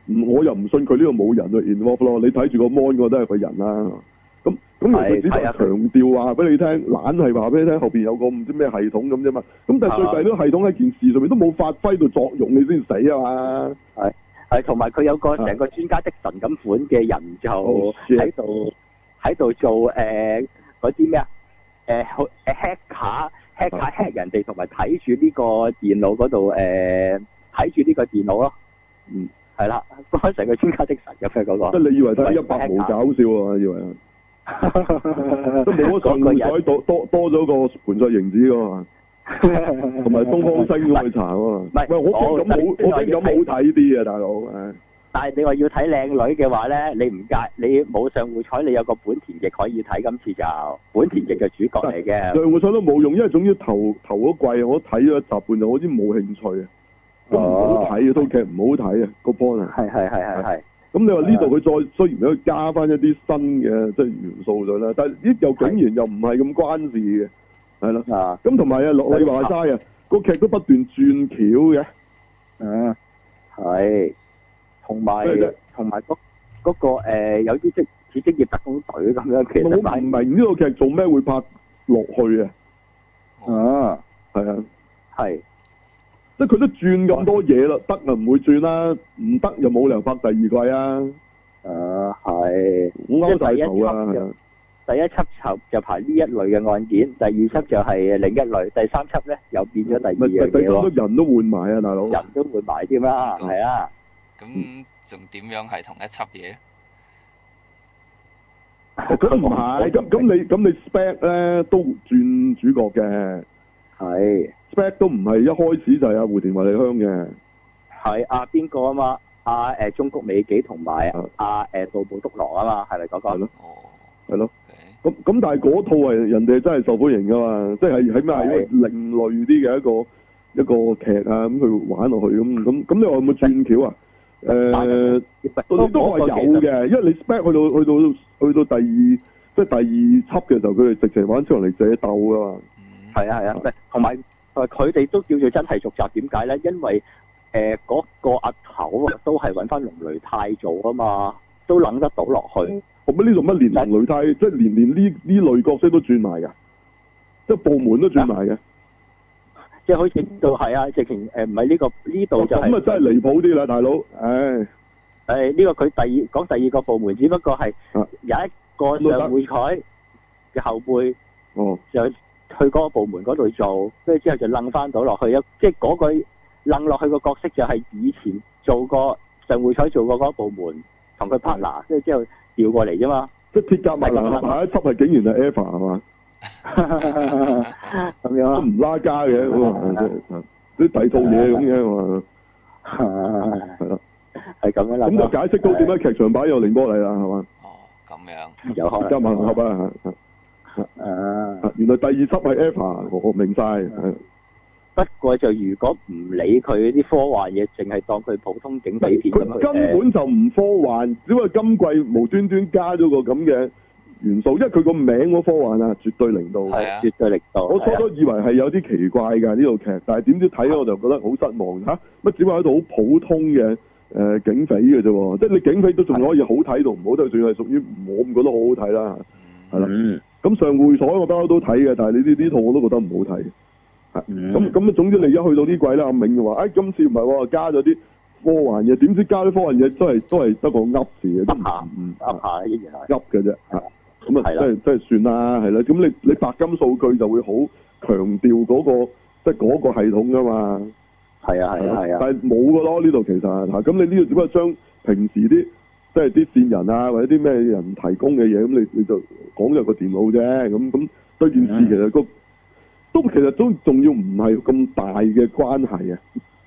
[SPEAKER 1] 唔我又唔信佢呢個冇人去 involve 咯。你睇住個 mon 個都係佢人啦。咁咁其實只
[SPEAKER 3] 係係
[SPEAKER 1] 係
[SPEAKER 3] 啊
[SPEAKER 1] 強調話俾你聽，懶係話俾你聽後邊有個唔知咩系統咁啫嘛。咁但係最
[SPEAKER 3] 啊
[SPEAKER 1] 近呢個系統喺件事上面都冇發揮到作用，你先死啊嘛。
[SPEAKER 3] 係同埋佢有個
[SPEAKER 1] 係
[SPEAKER 3] 成個專家的神咁款嘅人就
[SPEAKER 1] Oh, shit
[SPEAKER 3] 喺度喺度做誒嗰啲咩啊誒好誒 hack 下 hack
[SPEAKER 1] 哦
[SPEAKER 3] 下 hack 人哋，同埋睇住呢個電腦嗰度誒睇住呢個電腦咯。嗯，係啦，成個專家的神咁樣嗰
[SPEAKER 1] 即
[SPEAKER 3] 個。
[SPEAKER 1] 係你以為睇一百毛搞笑啊？以 為都冇乜
[SPEAKER 3] 嗰個
[SPEAKER 1] 信彩，多多多咗個盤菜形子㗎嘛。
[SPEAKER 3] 人
[SPEAKER 1] 同埋東方星咁去查啊嘛。
[SPEAKER 3] 係
[SPEAKER 1] 喂，我
[SPEAKER 3] 我
[SPEAKER 1] 驚咁好，
[SPEAKER 3] 我
[SPEAKER 1] 我驚咁好睇啲啊，大佬。唉
[SPEAKER 3] 但係你話要睇靚女嘅話咧，你唔介你冇上户彩，你有個本田翼可以睇。今次就本田翼嘅主角嚟 嘅，
[SPEAKER 1] 上會上都冇用，因為總之頭頭嗰季我睇咗一集半就好似冇興趣啊，都唔好
[SPEAKER 3] 哦
[SPEAKER 1] 睇啊，套劇唔好睇啊，個 point 啊。
[SPEAKER 3] 係係係係係啊
[SPEAKER 1] 咁你話呢度佢再雖然佢加翻一啲新嘅即係元素上啦，但係呢又竟然又唔係咁關事嘅，係咯。
[SPEAKER 3] 啊
[SPEAKER 1] 咁同埋啊，落你話齋啊，個劇都不斷轉橋嘅，
[SPEAKER 3] 嗯係，同埋
[SPEAKER 1] 咩啫
[SPEAKER 3] 同埋嗰嗰個、呃、有啲職似職業特工隊咁樣，其
[SPEAKER 1] 我
[SPEAKER 3] 實
[SPEAKER 1] 唔明呢個劇做咩會拍落去啊？
[SPEAKER 3] 啊
[SPEAKER 1] 係啊。
[SPEAKER 3] 係
[SPEAKER 1] 即係佢都轉咁多嘢啦，得啊唔會轉啦，唔得又冇理由拍第二季啊，
[SPEAKER 3] 啊係。
[SPEAKER 1] 我勾大頭啊！
[SPEAKER 3] 第一輯就就排呢一類嘅案件，第二輯就係另一類，第三輯咧又變咗第
[SPEAKER 1] 咪第
[SPEAKER 3] 二樣
[SPEAKER 1] 第
[SPEAKER 3] 嘢
[SPEAKER 1] 三
[SPEAKER 3] 喎，
[SPEAKER 1] 粒人都換埋啊，大佬！
[SPEAKER 3] 人都換埋添啦，係啊。
[SPEAKER 1] 嗯
[SPEAKER 4] 咁仲點樣係同一輯嘢？
[SPEAKER 1] 哦咁 唔係，咁咁你咁你 spec 咧都轉主角嘅
[SPEAKER 3] 係
[SPEAKER 1] ，spec 都唔係一開始就係阿胡田惠梨香嘅，
[SPEAKER 3] 係啊邊個啊嘛？啊誒中谷美紀同埋
[SPEAKER 1] 啊
[SPEAKER 3] 啊誒杜布篤郎啊嘛，係咪
[SPEAKER 1] 係
[SPEAKER 3] 嗰個？
[SPEAKER 1] 咯
[SPEAKER 4] 哦
[SPEAKER 1] 係咯。
[SPEAKER 4] ，OK，
[SPEAKER 1] 咁咁但係嗰套係人哋真係受歡迎噶嘛，即係係咩係
[SPEAKER 3] 係
[SPEAKER 1] 另類啲嘅一個一個劇啊，咁佢玩落去咁咁咁你話有冇轉橋啊？誒、都都係有嘅，因為你 spec 去到去到去到第二即係第二輯嘅時候，佢哋直情玩超能力者鬥噶嘛。
[SPEAKER 4] 嗯，
[SPEAKER 3] 係啊係啊，唔係同埋誒佢哋都叫做真係續集，點解咧？因為誒嗰、個阿頭啊，都係揾翻龍雷泰做啊嘛，都諗得到落去。
[SPEAKER 1] 我乜呢度乜連男女太，即係連連呢呢類角色都轉埋㗎，即係部門都轉埋嘅。
[SPEAKER 3] 即係好似呢度係啊，直情誒唔係呢個呢度就係、
[SPEAKER 1] 咁啊真係離譜啲啦，大佬，唉，
[SPEAKER 3] 誒呢個佢第二講第二個部門，只不過係
[SPEAKER 1] 啊
[SPEAKER 3] 有一個上會彩嘅後輩
[SPEAKER 1] 哦，
[SPEAKER 3] 就去嗰個部門嗰度做，跟住之後就楞翻到落去一，即係嗰個楞落去個角色就係以前做過上會彩做過嗰個部門同佢 partner，跟住
[SPEAKER 1] 嗯
[SPEAKER 3] 之後調過嚟啫 嘛，
[SPEAKER 1] 即係鐵甲萬能俠下一輯係竟然係 Eva 係嘛，
[SPEAKER 3] 咁樣
[SPEAKER 1] 都
[SPEAKER 3] 咯。
[SPEAKER 1] 唔拉家嘅，咁啊啲第二套嘢咁嘅嘛，係啦。
[SPEAKER 3] 係咁樣啦。
[SPEAKER 1] 咁就解釋到點解劇場版有凌波麗啦，係嘛？
[SPEAKER 4] 哦，咁樣，
[SPEAKER 3] 有可
[SPEAKER 1] 鐵
[SPEAKER 3] 能
[SPEAKER 1] 甲萬能俠啊，嚇
[SPEAKER 3] 啊
[SPEAKER 1] 啊原來第二輯係 Eva，我我明晒。係
[SPEAKER 3] 不過就如果唔理佢啲科幻嘢，淨係當佢普通警匪片
[SPEAKER 1] 佢
[SPEAKER 3] 咁去
[SPEAKER 1] 根本就唔科幻，只不過今季無端端加咗個咁嘅元素，因為佢個名好科幻啊，絕對零到。
[SPEAKER 4] 係啊
[SPEAKER 3] 絕對力度。
[SPEAKER 1] 我初初以為係有啲奇怪㗎呢套劇，但係點知睇我就覺得好失望嚇，乜只不過係一套好普通嘅誒、呃警匪嘅啫喎，即係你警匪都仲可以好睇到唔好睇，算係屬於我唔覺得好好睇啦。
[SPEAKER 4] 嗯
[SPEAKER 1] 係啦
[SPEAKER 3] 嗯
[SPEAKER 1] 咁上會所我不嬲都睇嘅，但係你呢呢套我都覺得唔好睇。係
[SPEAKER 3] 嗯
[SPEAKER 1] 咁咁總之你一去到呢季咧，阿銘就話：，誒、哎今次唔係喎，加咗啲科幻嘢，點知加啲科幻嘢都係都係得個噏字嘅，都唔
[SPEAKER 3] 噏下
[SPEAKER 1] 唔
[SPEAKER 3] 噏下依啊然係
[SPEAKER 1] 噏嘅啫。嚇咁啊，
[SPEAKER 3] 係
[SPEAKER 1] 即
[SPEAKER 3] 啦
[SPEAKER 1] 係即係算啦，係啦。咁你你白金數據就會好強調嗰、個即係嗰個系統噶嘛，
[SPEAKER 3] 係啊係啊係啊。
[SPEAKER 1] 但係冇噶咯，呢度其實嚇咁你呢度只不過將平時啲即係啲線人啊或者啲咩人提供嘅嘢，咁你你就講咗個電腦啫。咁咁對件事
[SPEAKER 3] 嗯
[SPEAKER 1] 其實個都其實都仲要唔係咁大嘅關係啊。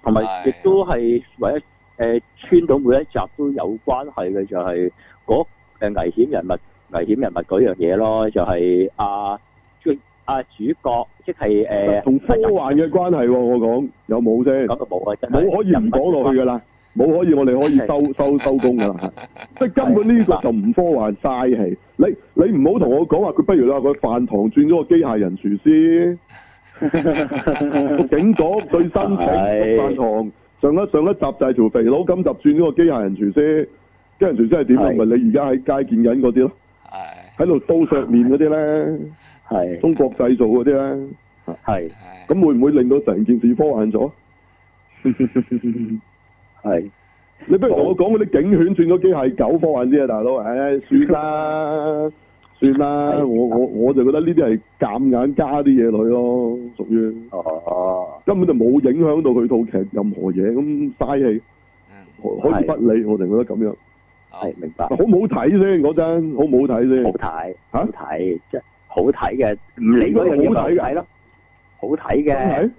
[SPEAKER 3] 同埋
[SPEAKER 4] 係
[SPEAKER 3] 亦都係唯一誒穿到每一集都有關係嘅，就係嗰誒危險人物、危險人物嗰樣嘢咯，就係阿即阿主角，即係
[SPEAKER 1] 嗯
[SPEAKER 3] 呃誒
[SPEAKER 1] 同科幻嘅關係喎、我講有冇啫？
[SPEAKER 3] 講到冇啊，真
[SPEAKER 1] 冇
[SPEAKER 3] 係
[SPEAKER 1] 可以唔講落去㗎啦，冇可以我哋可以收收收工㗎 啦，即係根本呢個就唔科幻嘥 氣。你你唔好同我講話佢，不如你話佢飯堂轉咗個機械人廚師，警局最新請
[SPEAKER 3] 係
[SPEAKER 1] 飯堂，上一上一集就係條肥佬，今集轉咗個機械人廚師。機械人廚師係點啊？
[SPEAKER 3] 係
[SPEAKER 1] 咪你而家喺街見緊嗰啲咯，
[SPEAKER 4] 系
[SPEAKER 1] 喺度刀削面嗰啲咧，
[SPEAKER 3] 係
[SPEAKER 1] 中國製造嗰啲咧，
[SPEAKER 3] 係
[SPEAKER 4] 系
[SPEAKER 1] 咁會唔會令到成件事科幻咗？
[SPEAKER 3] 係
[SPEAKER 1] 你不如同我講嗰啲警犬轉咗機械狗科幻啲啊，大佬，唉、算啦，算啦，
[SPEAKER 3] 係
[SPEAKER 1] 我我我就覺得呢啲係夾硬加啲嘢落去咯，屬於
[SPEAKER 3] 哦
[SPEAKER 1] 根本就冇影響到佢套劇任何嘢，咁嘥氣，
[SPEAKER 4] 嗯
[SPEAKER 1] 可可以不理，我哋覺得咁樣。
[SPEAKER 4] 好
[SPEAKER 3] 係明白，
[SPEAKER 1] 好
[SPEAKER 3] 好
[SPEAKER 1] 唔好睇先嗰陣？好唔好睇先？
[SPEAKER 3] 睇
[SPEAKER 1] 嚇
[SPEAKER 3] 好睇即係好睇嘅，唔理嗰樣嘢咪
[SPEAKER 1] 好睇㗎
[SPEAKER 3] 睇咯，好睇
[SPEAKER 1] 好
[SPEAKER 3] 嘅
[SPEAKER 1] 睇。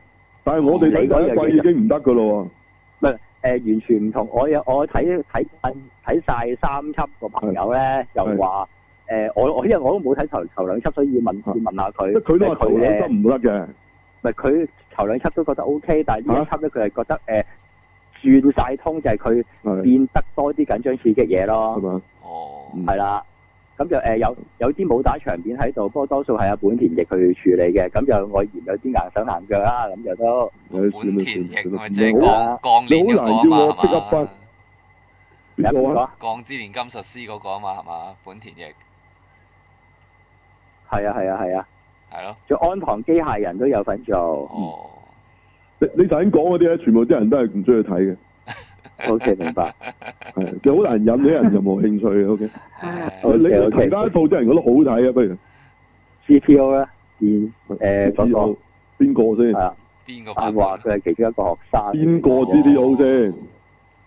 [SPEAKER 1] 但係我哋睇第一季已經唔得噶咯
[SPEAKER 3] 唔係誒，呃完全唔同。我有我睇睇睇晒三輯個朋友咧，又話誒，我我因為我都冇睇頭頭兩輯，所以要問
[SPEAKER 1] 係
[SPEAKER 3] 要問下
[SPEAKER 1] 喎，
[SPEAKER 3] 佢。
[SPEAKER 1] 即係佢都話頭兩
[SPEAKER 3] 誒
[SPEAKER 1] 得唔得嘅，
[SPEAKER 3] 唔係佢頭兩輯都覺得 O K，但係呢一輯咧佢係覺得誒轉晒通，就係佢
[SPEAKER 1] 係
[SPEAKER 3] 變得多啲緊張刺激嘢
[SPEAKER 1] 係
[SPEAKER 3] 咯，
[SPEAKER 1] 嘛？
[SPEAKER 4] 哦，
[SPEAKER 1] 嗯
[SPEAKER 3] 係啦。咁就誒有有啲武打場面喺度，不過多數係阿本田翼佢處理嘅。咁就我嫌有啲硬手硬腳啦，咁就都
[SPEAKER 1] 誒算
[SPEAKER 4] 本
[SPEAKER 1] 啦
[SPEAKER 4] 田翼
[SPEAKER 1] 算啦
[SPEAKER 4] 咪
[SPEAKER 1] 算
[SPEAKER 4] 即係
[SPEAKER 1] 啦好啊
[SPEAKER 4] 鋼鋼鍊嗰個啊嘛，
[SPEAKER 1] 你好難叫我 pick up 返邊
[SPEAKER 4] 係嘛？
[SPEAKER 3] 有
[SPEAKER 1] 個啊？
[SPEAKER 3] 啊，
[SPEAKER 4] 鋼之鍊金術師嗰個啊嘛，係嘛？本田翼
[SPEAKER 3] 係啊係啊係啊，
[SPEAKER 4] 係咯，
[SPEAKER 3] 仲有安堂機械人都有份
[SPEAKER 1] 嗯
[SPEAKER 3] 做。
[SPEAKER 4] 哦，
[SPEAKER 1] 你你頭先講嗰啲咧，全部啲人都係唔中意睇嘅。
[SPEAKER 3] O K，明白。
[SPEAKER 1] 係，就好難引起人任何興趣嘅。O K，
[SPEAKER 4] 唉
[SPEAKER 3] 好
[SPEAKER 1] 你你
[SPEAKER 3] OK，OK
[SPEAKER 1] 其他一套啲人覺得好睇啊，不如
[SPEAKER 3] C P O 啦，電誒嗰
[SPEAKER 1] 邊個
[SPEAKER 3] 個
[SPEAKER 1] 先？
[SPEAKER 3] 係啊，
[SPEAKER 4] 邊個
[SPEAKER 3] 但
[SPEAKER 4] 版
[SPEAKER 3] 話
[SPEAKER 4] 本？
[SPEAKER 3] 佢係其中一個學生。哦
[SPEAKER 1] 邊個 C D O 先？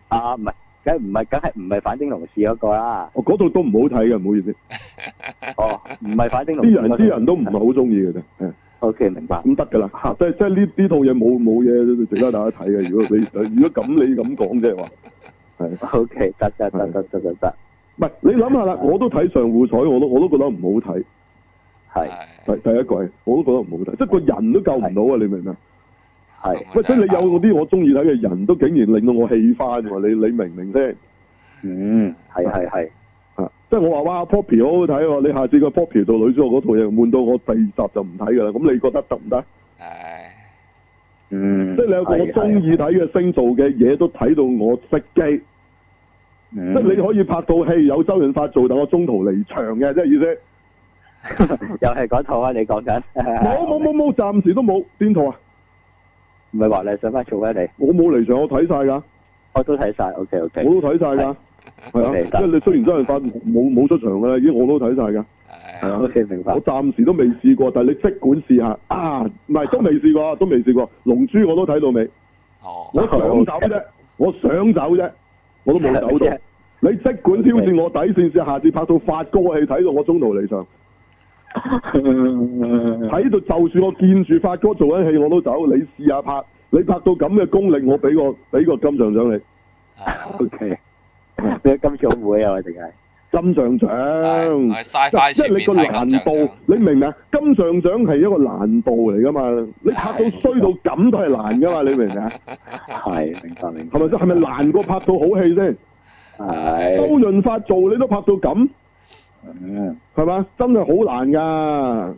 [SPEAKER 3] 啊？唔係，梗係唔係，梗係唔係反町隆史嗰 個啦。
[SPEAKER 1] 我哦嗰套都唔好睇嘅，唔好意思，
[SPEAKER 3] 哦，唔係反町隆
[SPEAKER 1] 啲
[SPEAKER 3] 史
[SPEAKER 1] 人
[SPEAKER 3] 嗰個。
[SPEAKER 1] 啲人都唔係好中意嘅啫。係
[SPEAKER 3] O K，明白。
[SPEAKER 1] 咁得㗎啦，即係即係呢呢套嘢冇冇嘢值得大家睇嘅。如果你如果咁你咁講即係話，係
[SPEAKER 3] O K，得得
[SPEAKER 1] 嗯
[SPEAKER 3] 得得得得得，
[SPEAKER 1] 唔係你諗下啦？我都睇上戶彩，我都我都覺得唔好睇。
[SPEAKER 3] 係
[SPEAKER 1] 第第一季我都覺得唔好睇，即係個人都救唔到啊！你明唔明？
[SPEAKER 3] 係
[SPEAKER 4] 咁啊
[SPEAKER 1] 喂，即係你
[SPEAKER 4] 真係
[SPEAKER 1] 有嗰啲我中意睇嘅人都竟然令到我氣翻喎！你你明唔明先？
[SPEAKER 3] 嗯，係係係，
[SPEAKER 1] 啊！即係我話哇，Poppy 好好睇喎！你下次個 Poppy 做女主角嗰套嘢悶到我第二集就唔睇㗎啦。咁你覺得得唔得？
[SPEAKER 4] 唉，
[SPEAKER 3] 嗯，
[SPEAKER 1] 即係你有個我中意睇嘅星做嘅嘢都睇到我熄機。
[SPEAKER 3] 係，
[SPEAKER 1] 即
[SPEAKER 3] 即
[SPEAKER 1] 係你可以拍到戲有周潤發做，但我中途離場嘅，即係意思。
[SPEAKER 3] 又係嗰套啊？你講緊
[SPEAKER 1] 冇冇冇冇，暫時都冇邊套啊！
[SPEAKER 3] 唔係話你想翻做咩？你
[SPEAKER 1] 我冇離場，我睇晒㗎，
[SPEAKER 3] 我都睇晒。O K O K，
[SPEAKER 1] 我都睇晒㗎。係啊，
[SPEAKER 3] OK，得
[SPEAKER 1] 即係你雖然周潤發冇冇出場㗎啦，已經我都睇晒㗎。
[SPEAKER 4] 唉，
[SPEAKER 1] 係啊
[SPEAKER 3] O K，明白
[SPEAKER 1] 我。暫時都未試過，但係你即管試下啊！唔係都未試過，都未試過。龍珠我都睇到未？
[SPEAKER 4] 哦，
[SPEAKER 1] 我想走啫，我想走啫，我都冇 走
[SPEAKER 3] 啊
[SPEAKER 1] 到。你即管挑戰我底線，試下次拍到發哥嘅戲，睇到我中途離場，
[SPEAKER 3] 嗯
[SPEAKER 1] 睇到就算我見住發哥做緊戲我都走。你試下拍，你拍到咁嘅功力，我俾個俾個金像獎你。
[SPEAKER 4] 啊
[SPEAKER 3] O K，你今次會啊？我定係？
[SPEAKER 1] 金像獎
[SPEAKER 4] 係我係 sci-fi
[SPEAKER 1] 即係你個難
[SPEAKER 4] 全面睇金像獎
[SPEAKER 1] 度，你明唔明？啊金像獎係一個難度嚟噶嘛，你拍到衰到咁都係難噶嘛，你明唔明啊？
[SPEAKER 3] 係，明白明白
[SPEAKER 1] 係。咪先？係咪難過拍到好戲先？周
[SPEAKER 3] 係，
[SPEAKER 1] 潤發做你都拍到咁，
[SPEAKER 3] 嗯，
[SPEAKER 1] 係嘛？真係好難㗎，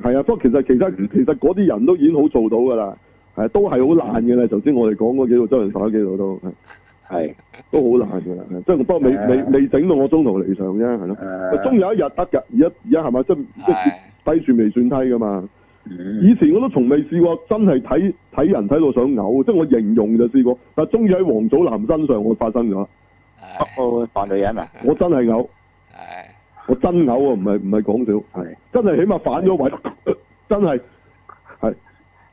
[SPEAKER 1] 係啊。不過其實其實其實嗰啲人都已經好做到㗎啦，係都係好難嘅啦。頭先我哋講嗰幾套周潤發嗰幾套都係
[SPEAKER 3] 係，
[SPEAKER 1] 都好難㗎啦，係即係不過未
[SPEAKER 3] 係啊啊
[SPEAKER 1] 未未整到我中途離場啫，係咯。
[SPEAKER 3] 誒
[SPEAKER 1] 終有一日得㗎，而家而家係咪即係即係
[SPEAKER 4] 係
[SPEAKER 1] 低處未算低㗎嘛？
[SPEAKER 3] 嗯
[SPEAKER 1] 以前我都從未試過真係睇睇人睇到想嘔，即係我形容就試過，但係終於喺王祖藍身上我發生咗，
[SPEAKER 4] 唉
[SPEAKER 3] 北澳扮女人啊，
[SPEAKER 1] 我真係嘔，
[SPEAKER 4] 唉，
[SPEAKER 1] 我真嘔啊，唔係唔係講笑，
[SPEAKER 3] 係
[SPEAKER 1] 真係起碼反咗位， 真係係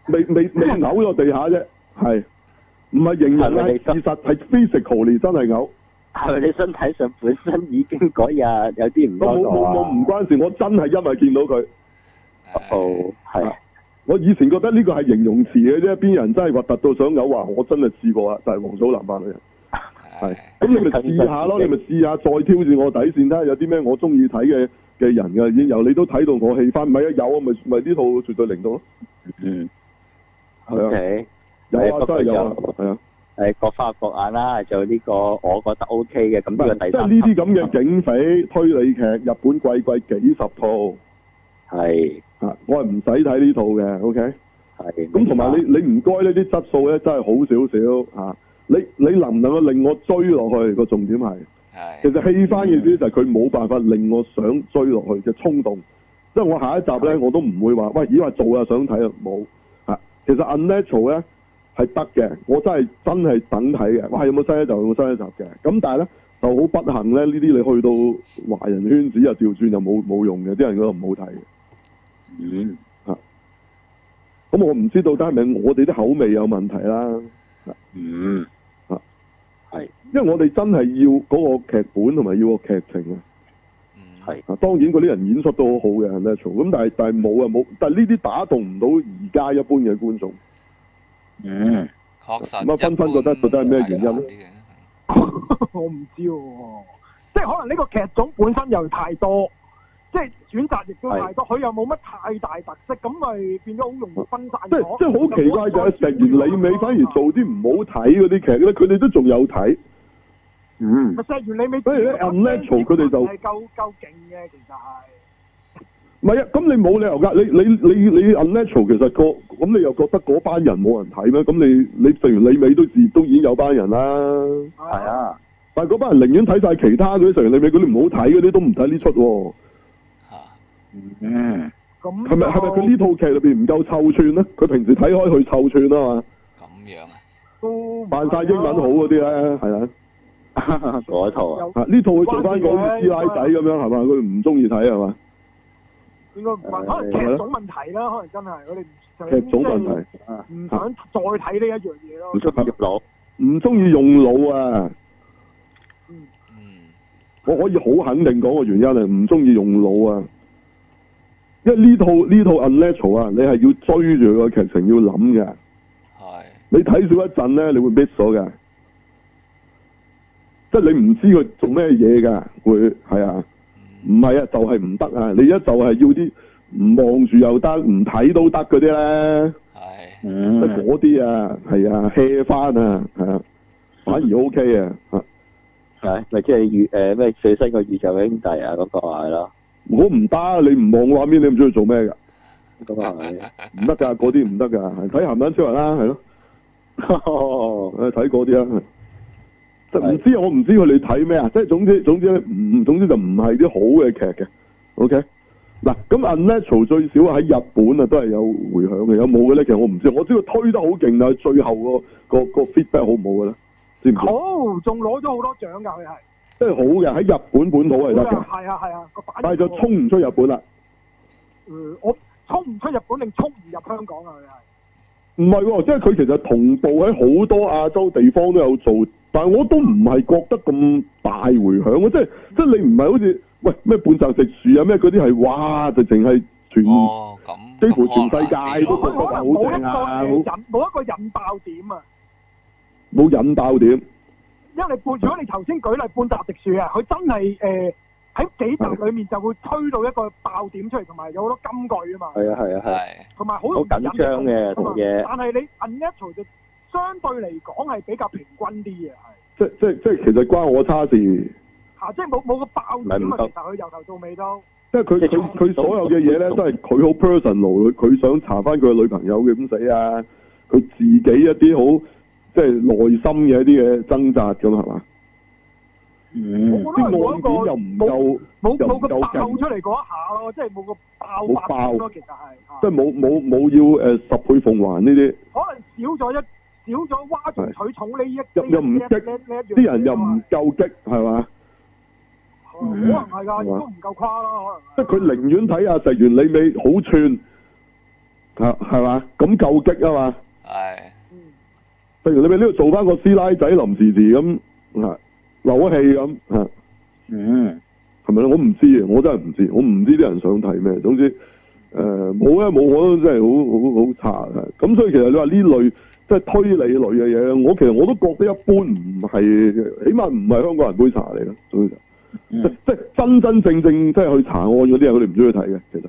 [SPEAKER 1] 未未 未嘔咗地下啫，係唔係形容
[SPEAKER 3] 係咪
[SPEAKER 1] 係
[SPEAKER 3] 你
[SPEAKER 1] 事實係 physically 真係嘔，
[SPEAKER 3] 係哦咪你身體上本身已經嗰日有啲唔啊
[SPEAKER 1] 我冇
[SPEAKER 3] 多
[SPEAKER 1] 冇冇唔關事，我真係因為見到佢，
[SPEAKER 3] 北澳哦
[SPEAKER 1] 啊
[SPEAKER 3] 係
[SPEAKER 1] 我以前覺得呢個係形容詞嘅啫，邊人真係核突到想嘔話，我真係試過啊啦，就係王祖藍扮女人。係
[SPEAKER 4] 唉，，
[SPEAKER 1] 咁你咪試下咯，你咪試下再挑戰我底線，睇下有啲咩我中意睇嘅嘅人嘅，已經由你都睇到我氣翻，咪一有啊，咪咪呢套絕對零到咯，
[SPEAKER 3] 嗯
[SPEAKER 1] 係啊
[SPEAKER 3] ，OK，
[SPEAKER 1] 有啊，真係有啊
[SPEAKER 3] 不過，
[SPEAKER 1] 係啊，
[SPEAKER 3] 誒各花各眼啦，就呢個我覺得 OK 嘅，咁
[SPEAKER 1] 唔
[SPEAKER 3] 呢個
[SPEAKER 1] 係
[SPEAKER 3] 第
[SPEAKER 1] 即係
[SPEAKER 3] 三
[SPEAKER 1] 呢啲咁嘅警匪推理劇，日本貴貴幾十套
[SPEAKER 3] 係
[SPEAKER 1] 啊，我係唔使睇呢套嘅，OK，
[SPEAKER 3] 係
[SPEAKER 1] 咁同埋你你唔該呢啲質素咧，真係好少少嚇。你你能唔能夠令我追落去？個重點係，其
[SPEAKER 4] 係
[SPEAKER 1] 實戲翻嘅意思就係佢冇辦法令我想追落去嘅衝動。即係我下一集咧，我都唔會話喂，咦話做啊想睇啊冇嚇。其實 unnatural 咧係得嘅，我真係真係等睇嘅。哇，有冇新一集？有冇新一集嘅？咁但係咧就好不幸咧，呢啲你去到華人圈子又調轉就冇冇用嘅，啲人覺得唔好睇嘅。
[SPEAKER 3] 嗯，
[SPEAKER 1] 咁我唔知道底係咪我哋啲口味有問題啦，
[SPEAKER 3] 嗯，
[SPEAKER 1] 啊
[SPEAKER 3] 係
[SPEAKER 1] 因為我哋真係要嗰個劇本同埋要個劇情啊。
[SPEAKER 4] 嗯
[SPEAKER 3] 係
[SPEAKER 1] 啊，當然嗰啲人演出都好好嘅 n a t u r 咁但係但係冇啊冇，但係呢啲打動唔到而家一般嘅觀眾。
[SPEAKER 3] 嗯，
[SPEAKER 4] 確實
[SPEAKER 1] 咁啊分分覺得覺得係咩原因呢
[SPEAKER 4] 咧？
[SPEAKER 2] 我唔知喎，即係可能呢個劇種本身又太多，即係選擇亦都太多，佢又冇乜太大特色，咁咪變咗好容易分散
[SPEAKER 1] 即係
[SPEAKER 2] 咗。
[SPEAKER 1] 即係好奇怪就係
[SPEAKER 2] 成
[SPEAKER 1] 成完李美反而做啲唔好睇嗰啲劇咧，佢哋都仲有睇。
[SPEAKER 3] 嗯
[SPEAKER 1] 啊
[SPEAKER 2] 咪，啊石完李美，
[SPEAKER 1] 不如咧 unnatural 佢哋就
[SPEAKER 2] 係夠夠勁嘅，其實係。
[SPEAKER 1] 唔係啊，咁你冇理由㗎，你你你你 unnatural 其實個咁你又覺得嗰班人冇人睇咩？咁你你成完李美都自都已經有班人啦。
[SPEAKER 3] 係
[SPEAKER 2] 係，
[SPEAKER 3] 啊，
[SPEAKER 1] 但係嗰班人寧願睇晒其他嗰啲成人裏面嗰啲唔好睇嗰啲都唔睇呢出喎，
[SPEAKER 4] 嚇
[SPEAKER 3] 嗯，
[SPEAKER 2] 咁
[SPEAKER 1] 係咪係咪佢呢套劇裏邊唔夠臭串咧？佢平時睇開佢臭串啊嘛，
[SPEAKER 4] 咁樣啊？
[SPEAKER 2] 都
[SPEAKER 1] 扮晒英文好嗰啲咧，係啊，
[SPEAKER 3] 嗰套啊，
[SPEAKER 2] 有
[SPEAKER 1] 啊呢套佢做啊翻個好似師奶仔咁樣係嘛，佢唔中意睇係嘛，
[SPEAKER 2] 應該唔
[SPEAKER 1] 啊
[SPEAKER 2] 係，可能劇種問題啦，可能真係我哋唔想
[SPEAKER 1] 劇種問題，
[SPEAKER 3] 啊
[SPEAKER 2] 即係唔想再睇呢一樣嘢咯
[SPEAKER 3] 唔。出入腦，
[SPEAKER 1] 唔中意用腦啊！
[SPEAKER 2] 嗯
[SPEAKER 4] 嗯，
[SPEAKER 1] 我可以好肯定講個原因係唔中意用腦啊，因為呢套呢套 unnatural 啊，你係要追住個劇情要諗嘅，
[SPEAKER 4] 係
[SPEAKER 1] 你睇少一陣咧，你會 miss 咗嘅，即係你唔知佢做咩嘢㗎，會係啊。唔
[SPEAKER 4] 嗯
[SPEAKER 1] 係啊，就係唔得啊！你一就係要啲唔望住又得，唔睇都得嗰啲咧，
[SPEAKER 4] 係
[SPEAKER 1] 即係
[SPEAKER 3] 嗯，
[SPEAKER 1] 嗰啲啊，係啊，hea 翻啊，係啊，反而 OK 啊，嚇
[SPEAKER 3] 係咪即係宇誒咩呃最新個宇宙兄弟啊嗰個係咯，
[SPEAKER 1] 如果唔得，你唔望個畫面，你唔知佢做咩㗎，
[SPEAKER 3] 咁啊係，
[SPEAKER 1] 唔得㗎，嗰啲唔得㗎，係睇鹹蛋超人啦，係咯，
[SPEAKER 3] 哦
[SPEAKER 1] 誒睇嗰啲啊啦，係即係唔
[SPEAKER 3] 係
[SPEAKER 1] 知我唔知佢哋睇咩啊，即係總之總之咧，唔總之就唔係啲好嘅劇嘅，OK。嗱，咁 unnatural 最少喺日本啊，都係有回響嘅，有冇嘅咧？其實我唔知，我知道推得好勁，但係最後個個個 feedback 好唔好嘅咧？知唔知？
[SPEAKER 2] 好，仲攞咗好多獎㗎，佢係。
[SPEAKER 1] 即係好嘅，喺日本本土係得嘅，
[SPEAKER 2] 係啊係啊，個反
[SPEAKER 1] 但係
[SPEAKER 2] 應
[SPEAKER 1] 就
[SPEAKER 2] 好
[SPEAKER 1] 衝唔出日本啦。
[SPEAKER 2] 誒我衝唔出日本定衝唔入香港啊！佢
[SPEAKER 1] 唔係喎，即係佢其實同步喺好多亞洲地方都有做，但係我都唔係覺得咁大回響喎，即係即係你唔係好似喂咩半澤直樹啊咩嗰啲係哇，直情係全。
[SPEAKER 4] 哦咁，
[SPEAKER 1] 幾乎
[SPEAKER 4] 咁可能
[SPEAKER 1] 全世界
[SPEAKER 4] 難啲
[SPEAKER 1] 都
[SPEAKER 4] 咯
[SPEAKER 1] 覺得
[SPEAKER 2] 係，佢可能
[SPEAKER 1] 好
[SPEAKER 2] 冇
[SPEAKER 1] 正啊
[SPEAKER 2] 一個引冇一個引爆點啊！
[SPEAKER 1] 冇引爆點，
[SPEAKER 2] 因為你半，如果你頭先舉例半澤直樹啊，佢真係誒喺幾集裡面就會推到一個爆點出嚟，同埋有好多金句啊嘛，
[SPEAKER 3] 係啊係啊係啊，
[SPEAKER 4] 係
[SPEAKER 2] 同埋好容易
[SPEAKER 3] 好緊張嘅
[SPEAKER 2] 引到
[SPEAKER 3] 套嘢
[SPEAKER 2] 但係你 unnatural 就相對嚟講係比較平均啲嘅，係
[SPEAKER 1] 即即即其實關我差事。
[SPEAKER 2] 嚇，即係冇冇個爆點
[SPEAKER 3] 唔係唔
[SPEAKER 2] 啊！
[SPEAKER 3] 得
[SPEAKER 2] 其實佢由頭到尾都。
[SPEAKER 1] 即係佢
[SPEAKER 3] 即係
[SPEAKER 1] 佢佢
[SPEAKER 3] 衝動
[SPEAKER 1] 所有嘅嘢咧，都係佢好 personal，佢佢想查翻佢嘅女朋友嘅咁死啊，佢自己一啲好即係內心嘅一啲嘅掙扎咁係嘛？
[SPEAKER 3] 嗯
[SPEAKER 2] 我
[SPEAKER 1] 啲
[SPEAKER 2] 覺得係冇
[SPEAKER 1] 案
[SPEAKER 2] 一個
[SPEAKER 1] 件又唔夠，
[SPEAKER 2] 冇
[SPEAKER 1] 又
[SPEAKER 2] 冇
[SPEAKER 1] 唔
[SPEAKER 2] 個
[SPEAKER 1] 夠
[SPEAKER 2] 爆
[SPEAKER 1] 勁
[SPEAKER 2] 出，嚟嗰一下咯，即係冇個爆
[SPEAKER 1] 冇
[SPEAKER 2] 發點
[SPEAKER 1] 爆
[SPEAKER 2] 咯，其實係。
[SPEAKER 1] 即係冇冇冇要誒呃十倍奉還呢啲，
[SPEAKER 2] 可能少咗一少咗挖眾取寵呢一
[SPEAKER 1] 又又唔
[SPEAKER 2] 呢
[SPEAKER 1] 激
[SPEAKER 2] 呢呢一樣嘢
[SPEAKER 1] 啲人又唔夠激係嘛？
[SPEAKER 2] 可能係㗎，亦
[SPEAKER 1] 係嘛
[SPEAKER 2] 都唔夠誇咯，
[SPEAKER 1] 即係佢寧願睇阿石原里美好串嚇係嘛？咁夠激啊嘛！
[SPEAKER 4] 係
[SPEAKER 2] 可
[SPEAKER 1] 石
[SPEAKER 2] 能係。
[SPEAKER 1] 原里美呢度做翻個師奶仔臨時時咁嚇扭氣咁啊嚇。
[SPEAKER 3] 嗯，
[SPEAKER 1] 係咪咧？我唔知啊，我真係唔知，我唔知啲人想睇咩。總之，誒冇啊冇，我都真係好好好差啊。咁所以其實你話呢類即係推理類嘅嘢，我其實我都覺得一般，唔係，起碼唔係香港人杯茶嚟咯。總之就即
[SPEAKER 3] 嗯
[SPEAKER 1] 即係真真正正即係去查案嗰啲人，佢哋唔中意睇嘅。其實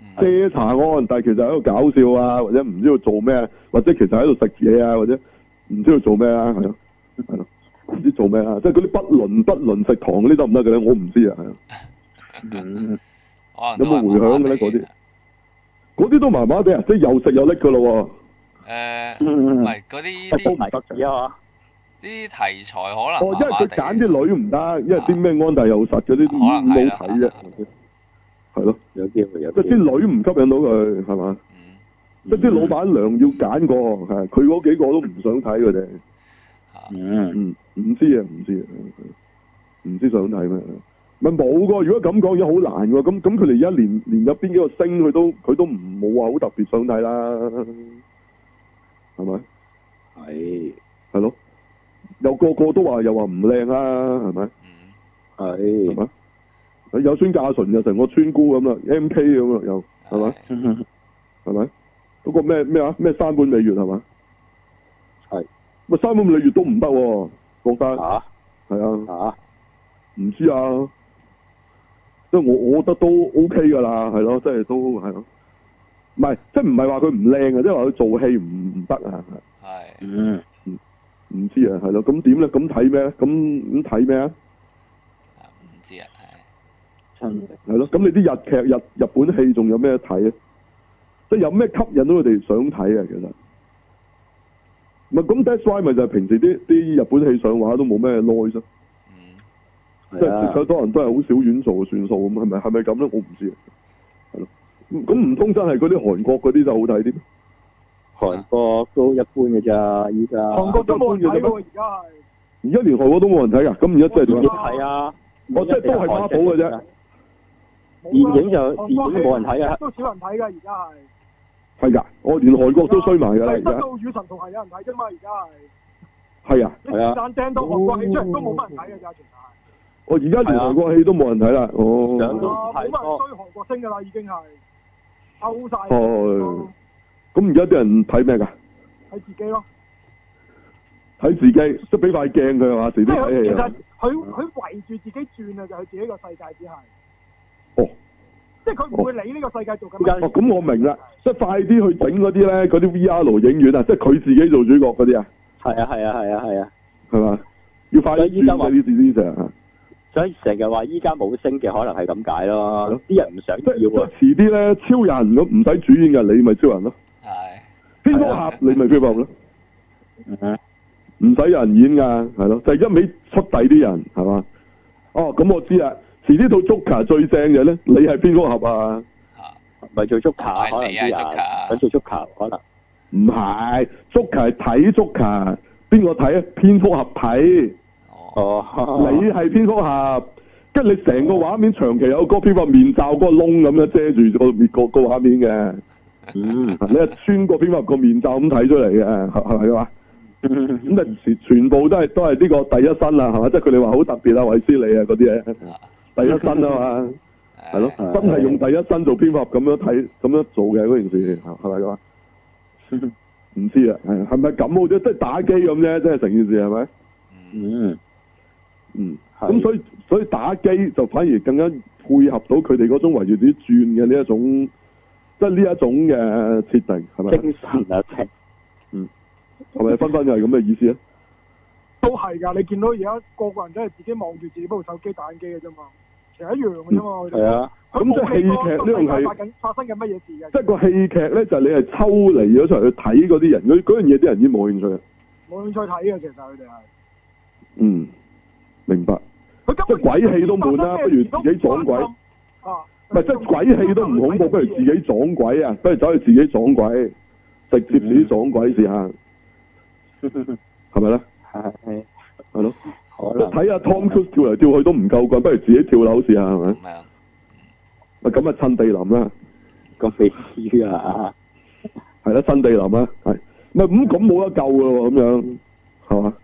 [SPEAKER 4] 嗯
[SPEAKER 1] 借查案，但係其實喺度搞笑啊，或者唔知道做咩，或者其實喺度食嘢啊，或者唔知道做咩啊，係咯係咯，唔知做咩啊，即係嗰啲不倫不倫食堂嗰啲得唔得嘅咧？我唔知啊，係啊。
[SPEAKER 3] 嗯，
[SPEAKER 4] 可能
[SPEAKER 1] 有冇
[SPEAKER 4] 都係麻
[SPEAKER 1] 回響
[SPEAKER 4] 麻
[SPEAKER 1] 嘅咧
[SPEAKER 4] 地
[SPEAKER 1] 嗰啲
[SPEAKER 4] 嘅
[SPEAKER 1] 嗰啲都麻麻地啊，即係又食又拎噶咯
[SPEAKER 4] 诶，唔
[SPEAKER 3] 嗯
[SPEAKER 4] 係嗰啲
[SPEAKER 3] 即係煲
[SPEAKER 4] 啲
[SPEAKER 3] 埋個紙啊嘛。
[SPEAKER 4] 啲題材可
[SPEAKER 1] 喎。
[SPEAKER 4] 能
[SPEAKER 1] 哦，因
[SPEAKER 4] 麻
[SPEAKER 1] 為
[SPEAKER 4] 啊麻
[SPEAKER 1] 佢
[SPEAKER 4] 地
[SPEAKER 1] 揀啲女唔得，因為啲咩安大又實嗰啲
[SPEAKER 4] 可
[SPEAKER 1] 唔
[SPEAKER 4] 能係啊啦
[SPEAKER 1] 好睇啫
[SPEAKER 4] 可。
[SPEAKER 1] 係咯，
[SPEAKER 3] 有機會有
[SPEAKER 1] 即
[SPEAKER 3] 機
[SPEAKER 1] 係
[SPEAKER 3] 會。
[SPEAKER 1] 啲女唔吸引到佢，係嘛？
[SPEAKER 4] 嗯
[SPEAKER 1] 即係啲老闆娘要揀個，係佢嗰幾個都唔想睇佢哋。
[SPEAKER 4] 嚇
[SPEAKER 3] 嗯。
[SPEAKER 1] 嗯，唔知啊，唔知啊，嗯唔知想睇咩？咪冇噶，如果咁講，而家好難喎。咁咁佢哋而家連連入邊幾個星，佢都佢都唔冇話好特別想睇啦，係咪？
[SPEAKER 3] 係
[SPEAKER 1] 係咯，又個個都話又話唔靚啦，係咪？
[SPEAKER 4] 嗯
[SPEAKER 1] 係
[SPEAKER 3] 係。
[SPEAKER 1] 咪？有孫嘉純又成個村姑咁啦，M K 咁啦，又係咪？係咪？嗰個咩咩啊？咩三本美月係咪？
[SPEAKER 3] 係。
[SPEAKER 1] 咪三本美月都唔得喎，覺得
[SPEAKER 3] 嚇
[SPEAKER 1] 係啊。
[SPEAKER 3] 嚇
[SPEAKER 1] 唔知啊，即係我我覺得都 O K 噶啦，係咯，即係都係咯，唔係即係唔係話佢唔靚啊，即係話佢做戲唔唔得啊，
[SPEAKER 4] 係
[SPEAKER 3] 嗯。
[SPEAKER 1] 唔知啊，係咯，咁點咧？咁睇咩咧？咁咁睇咩啊？
[SPEAKER 4] 唔知啊，係
[SPEAKER 3] 真
[SPEAKER 1] 係咯，咁你啲日劇、日日本戲仲有咩睇啊？即係有咩吸引到佢哋想睇啊？其實唔係咁 That's why 咪就係平時啲啲日本戲上畫都冇咩 noise 咯
[SPEAKER 4] 嗯
[SPEAKER 1] 即係
[SPEAKER 3] 係啊
[SPEAKER 1] 其實多人都係好少院做算數咁，係咪係咪咁咧？我唔知啊，係咯。咁咁唔通真係嗰啲韓國嗰啲就好睇啲？
[SPEAKER 3] 韓國都一般嘅咋，依家。
[SPEAKER 2] 韓國都冇人睇喎，而家係。
[SPEAKER 1] 而家連韓國都冇人睇㗎，咁而家真係點
[SPEAKER 3] 電影
[SPEAKER 1] 啊？
[SPEAKER 3] 係啊，
[SPEAKER 1] 我即係都係孖寶嘅啫。
[SPEAKER 2] 冇啦
[SPEAKER 3] 電影就
[SPEAKER 2] 韓國
[SPEAKER 3] 電影冇人睇啊
[SPEAKER 2] 戲都少人睇㗎，而家係。
[SPEAKER 1] 係㗎，我連韓國都衰埋㗎啦，
[SPEAKER 2] 係
[SPEAKER 1] 而
[SPEAKER 2] 得
[SPEAKER 1] 家
[SPEAKER 2] 到與神同係有人睇啫嘛，而家係。
[SPEAKER 1] 係啊，
[SPEAKER 2] 你
[SPEAKER 3] 係啊
[SPEAKER 2] 時間掟到韓國戲出嚟都冇乜人睇㗎咋，其實係。
[SPEAKER 1] 我而家連
[SPEAKER 3] 係啊
[SPEAKER 1] 韓國戲都冇人睇啦，
[SPEAKER 3] 上都
[SPEAKER 1] 哦，
[SPEAKER 2] 啊冇乜人追韓國星㗎啦，已經係。勾晒。
[SPEAKER 1] 哦咁而家啲人睇咩㗎？
[SPEAKER 2] 睇自己咯。
[SPEAKER 1] 睇自己，即係俾塊鏡佢係嘛，
[SPEAKER 2] 即
[SPEAKER 1] 自己
[SPEAKER 2] 係佢
[SPEAKER 1] 睇
[SPEAKER 2] 其
[SPEAKER 1] 戲啊
[SPEAKER 2] 實，佢佢圍住自己轉啊，就佢自己個世界只係，
[SPEAKER 1] 哦。
[SPEAKER 2] 即係佢唔會理呢個世界做緊
[SPEAKER 1] 哦，
[SPEAKER 2] 乜。
[SPEAKER 1] 咁我明啦，即係快啲去整嗰啲咧，嗰啲 VR 影院啊，即係佢自己做主角嗰啲啊，
[SPEAKER 3] 係啊係啊係啊係啊，
[SPEAKER 1] 係嘛？要快啲
[SPEAKER 3] 所以依家
[SPEAKER 1] 轉
[SPEAKER 3] 話
[SPEAKER 1] 嗰啲 d 啊！
[SPEAKER 3] 所以成日話依家冇升嘅可能係咁解咯，啲人唔想
[SPEAKER 1] 即係即
[SPEAKER 3] 要
[SPEAKER 1] 係
[SPEAKER 3] 啊。
[SPEAKER 1] 遲啲咧，超人咁唔使主演嘅，你咪超人咯；
[SPEAKER 4] 係
[SPEAKER 1] 蝙蝠俠你咪蝙蝠俠咯，
[SPEAKER 3] 嗯
[SPEAKER 1] 唔使有人演㗎，係咯，就係一味出第啲人係嘛。哦，咁我知啦，遲啲到 Joker 最正嘅咧，你係蝙蝠俠啊？
[SPEAKER 4] 嚇
[SPEAKER 3] 咪做足球，可
[SPEAKER 4] 係
[SPEAKER 3] 能
[SPEAKER 4] 你
[SPEAKER 3] 啲人
[SPEAKER 4] 係足球
[SPEAKER 3] 想做足球，可能
[SPEAKER 1] 唔係，Joker 係睇 Joker，邊個睇啊？蝙蝠俠睇，
[SPEAKER 4] 哦
[SPEAKER 3] 哦，
[SPEAKER 1] 你係蝙蝠俠。跟住你成個畫面長期有個蝙蝠俠面罩嗰個窿咁樣遮住個面個個畫面嘅，
[SPEAKER 3] 嗯
[SPEAKER 1] 你係穿過蝙蝠俠個面罩咁睇出嚟嘅，係係咪啊？
[SPEAKER 3] 嗯
[SPEAKER 1] 咁啊，全全部都係都係呢個第一身啦，係嘛？即係佢哋話好特別啊，維斯利啊嗰啲嘢，第一身啊嘛，係
[SPEAKER 4] 哎
[SPEAKER 1] 咯，
[SPEAKER 4] 係
[SPEAKER 1] 真係用第一身做蝙蝠俠咁樣睇，咁樣做嘅嗰件事係係咪咁啊？
[SPEAKER 3] 嗯
[SPEAKER 1] 唔知啊，係係咪咁好啫？即係打機咁啫，即係成件事係咪？
[SPEAKER 4] 嗯
[SPEAKER 3] 嗯
[SPEAKER 1] 嗯，
[SPEAKER 3] 係
[SPEAKER 1] 咁所以所以打機就反而更加配合到佢哋嗰種圍住自己轉嘅呢一種，即係呢一種嘅設定係咪？ 嗯
[SPEAKER 3] 精神啊，踢
[SPEAKER 1] 係咪分分又係咁嘅意思啊？
[SPEAKER 2] 都係㗎，你見到而家個個人都係自己望住自己部手機打緊機嘅啫嘛，其實一樣嘅啫嘛。佢哋
[SPEAKER 3] 係啊，
[SPEAKER 1] 嗯
[SPEAKER 2] 佢
[SPEAKER 1] 咁即係戲劇呢樣係
[SPEAKER 2] 發緊發生緊乜嘢事嘅？
[SPEAKER 1] 即係個戲劇咧，就係你係抽離咗出嚟去睇嗰啲人，嗰嗰樣嘢啲人已經冇興趣啊啦。
[SPEAKER 2] 冇興趣睇嘅，其實佢哋係。
[SPEAKER 1] 嗯，明白。
[SPEAKER 2] 佢
[SPEAKER 1] 即係鬼戲都悶啦不如自己撞鬼
[SPEAKER 2] 啊！
[SPEAKER 1] 唔係即係鬼戲都唔恐怖，不如自己撞鬼啊！不如走去自己撞鬼，直接自己撞鬼試下，係咪咧？
[SPEAKER 3] 係
[SPEAKER 1] 係咯，
[SPEAKER 3] 可
[SPEAKER 1] 即
[SPEAKER 3] 能
[SPEAKER 1] 係睇下 Tom Cruise 跳嚟跳去都唔夠棍，不如自己跳樓試下係咪
[SPEAKER 4] 咁？樣
[SPEAKER 1] 咪咁啊，趁地林啦，
[SPEAKER 3] 咁未知啊，
[SPEAKER 1] 係啦，趁地林啦，係咪咁咁冇得救噶喎？咁樣係嘛？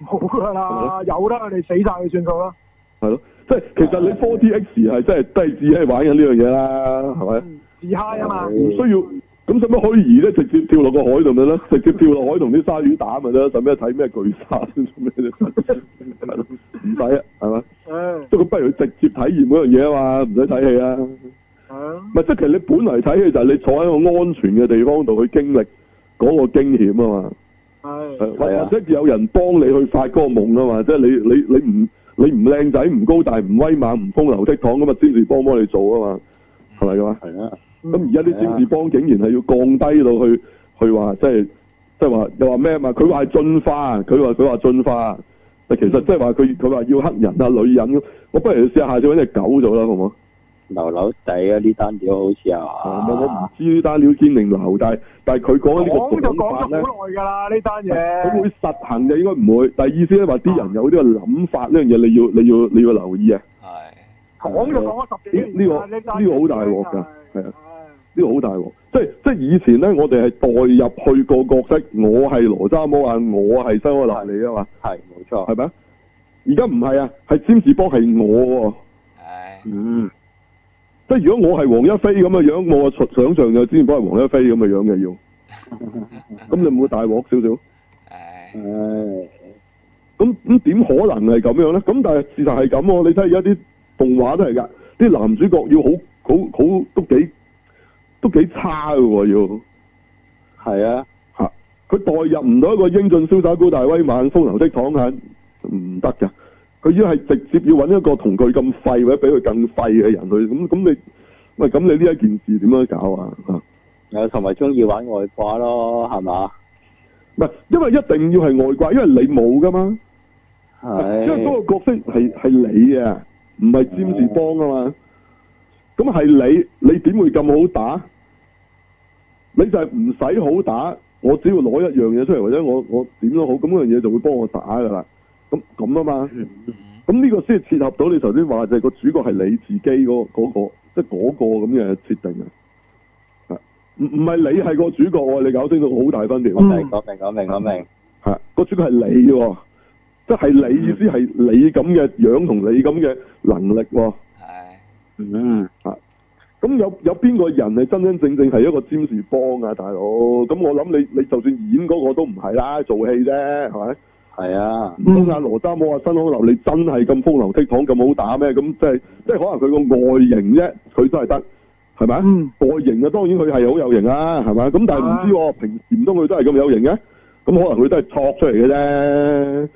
[SPEAKER 2] 冇㗎啦，有啦，你死晒佢算數啦。
[SPEAKER 1] 係咯，即係其實你 4DX 係真係真係只係玩緊呢樣嘢啦，係咪？
[SPEAKER 2] 嗯自嗨啊嘛，
[SPEAKER 1] 唔需要。咁使乜虛擬咧？直接跳落個海度咪得咯，直接跳落海同啲鯊魚打咪得咯，使咩睇咩巨鯊做咩啫？係咯唔使啊，係嘛？
[SPEAKER 2] 誒
[SPEAKER 1] 即係佢不如直接體驗嗰樣嘢啊嘛，唔使睇戲啊。唔
[SPEAKER 2] 誒
[SPEAKER 1] 係即係其實你本嚟睇戲就係你坐喺個安全嘅地方度去經歷嗰個驚險啊嘛，
[SPEAKER 2] 係
[SPEAKER 1] 係或
[SPEAKER 3] 係啊
[SPEAKER 1] 或者有人幫你去發嗰個夢啊嘛，即係你你你唔你唔靚
[SPEAKER 2] 嗯
[SPEAKER 1] 仔唔高大唔威猛唔風流倜儻咁啊，先至幫幫你做啊嘛，係咪咁啊？
[SPEAKER 3] 係啦，
[SPEAKER 1] 咁而家啲占士邦竟然係要降低到去去話即係即係話又話咩啊嘛？佢話係進化，佢話佢話進化，但其
[SPEAKER 2] 嗯
[SPEAKER 1] 實即係話佢佢話要黑人啊女人咁，我不如試下下次揾只狗做啦，好唔好？
[SPEAKER 3] 流流地啊！呢單料好似係
[SPEAKER 1] 啊我我唔
[SPEAKER 3] 嘛，
[SPEAKER 1] 知呢單料堅定流，但係但係佢講緊呢
[SPEAKER 2] 講
[SPEAKER 1] 個
[SPEAKER 2] 就
[SPEAKER 1] 講法
[SPEAKER 2] 講
[SPEAKER 1] 咧
[SPEAKER 2] 咗。好耐㗎啦，呢單
[SPEAKER 1] 佢
[SPEAKER 2] 嘢。
[SPEAKER 1] 會實行嘅應該唔會，但係意思咧話啲人有呢個諗法呢樣嘢，你要你要你要留意啊！
[SPEAKER 4] 係
[SPEAKER 2] 講就講咗十幾年啦
[SPEAKER 1] 呢個
[SPEAKER 2] 呢單
[SPEAKER 1] 呢
[SPEAKER 2] 嘢
[SPEAKER 1] 個好大鑊㗎
[SPEAKER 2] 真係
[SPEAKER 1] 係呢個好大鑊，即係即係以前咧，我哋係代入去個角色，我係羅渣摩亞，啊我係西安納利啊嘛，
[SPEAKER 3] 係冇錯，
[SPEAKER 1] 係咪啊？而家唔係啊，係詹士波係我喎，
[SPEAKER 4] 唉，
[SPEAKER 3] 嗯，
[SPEAKER 1] 即係如果我係黃一飛咁嘅樣，我想象就詹士波係黃一飛咁嘅樣嘅要，咁你唔會大鑊少少？
[SPEAKER 4] 唉，
[SPEAKER 3] 唉，
[SPEAKER 1] 咁咁點可能係咁樣咧？咁但係事實係咁喎，你睇而家啲動畫都係㗎，啲男主角要好好好都幾都幾差嘅喎，要
[SPEAKER 3] 係啊，
[SPEAKER 1] 嚇佢代入唔到一個英俊瀟灑高大威猛風流倜儻係唔得㗎。佢要係直接要揾一個同佢咁廢或者比佢更廢嘅人去，咁咁你喂咁你呢一件事點樣搞啊？嚇
[SPEAKER 3] 有同埋中意玩外掛咯，係嘛？
[SPEAKER 1] 唔係因為一定要係外掛，因為你冇㗎嘛，因為
[SPEAKER 3] 係嗯
[SPEAKER 1] 嗰個角色係係你啊，唔係詹士邦啊嘛。咁係你，你點會咁好打？你就係唔使好打，我只要攞一樣嘢出嚟，或者我我點都好，咁嗰樣嘢就會幫我打噶啦。咁咁啊嘛，
[SPEAKER 4] 嗯
[SPEAKER 1] 咁呢個先係切合到你頭先話就係個主角係你自己嗰、嗰個，即係嗰個咁嘅設定啊。啊唔唔係你係個主角喎，你搞清楚好大分別喎。
[SPEAKER 3] 我明我明我明我明，
[SPEAKER 1] 係個主角係你喎，即係你意思係你咁嘅樣同你咁嘅能力喎。
[SPEAKER 4] 係
[SPEAKER 3] 嗯，
[SPEAKER 1] 咁有有邊個人係真真正正係一個占士邦啊，大佬？咁我諗你你就算演嗰個都唔係啦，做戲啫，係咪？
[SPEAKER 3] 係啊，
[SPEAKER 1] 唔通阿羅渣摩阿新康流，你真係咁風流倜儻咁好打咩？咁即係即係可能佢個外形啫，佢都係得，係咪啊？
[SPEAKER 2] 嗯
[SPEAKER 1] 外形啊，當然佢係好有型啦，係咪？咁但係唔知喎，平時唔通佢都係咁有型嘅？咁可能佢都係戳出嚟嘅啫。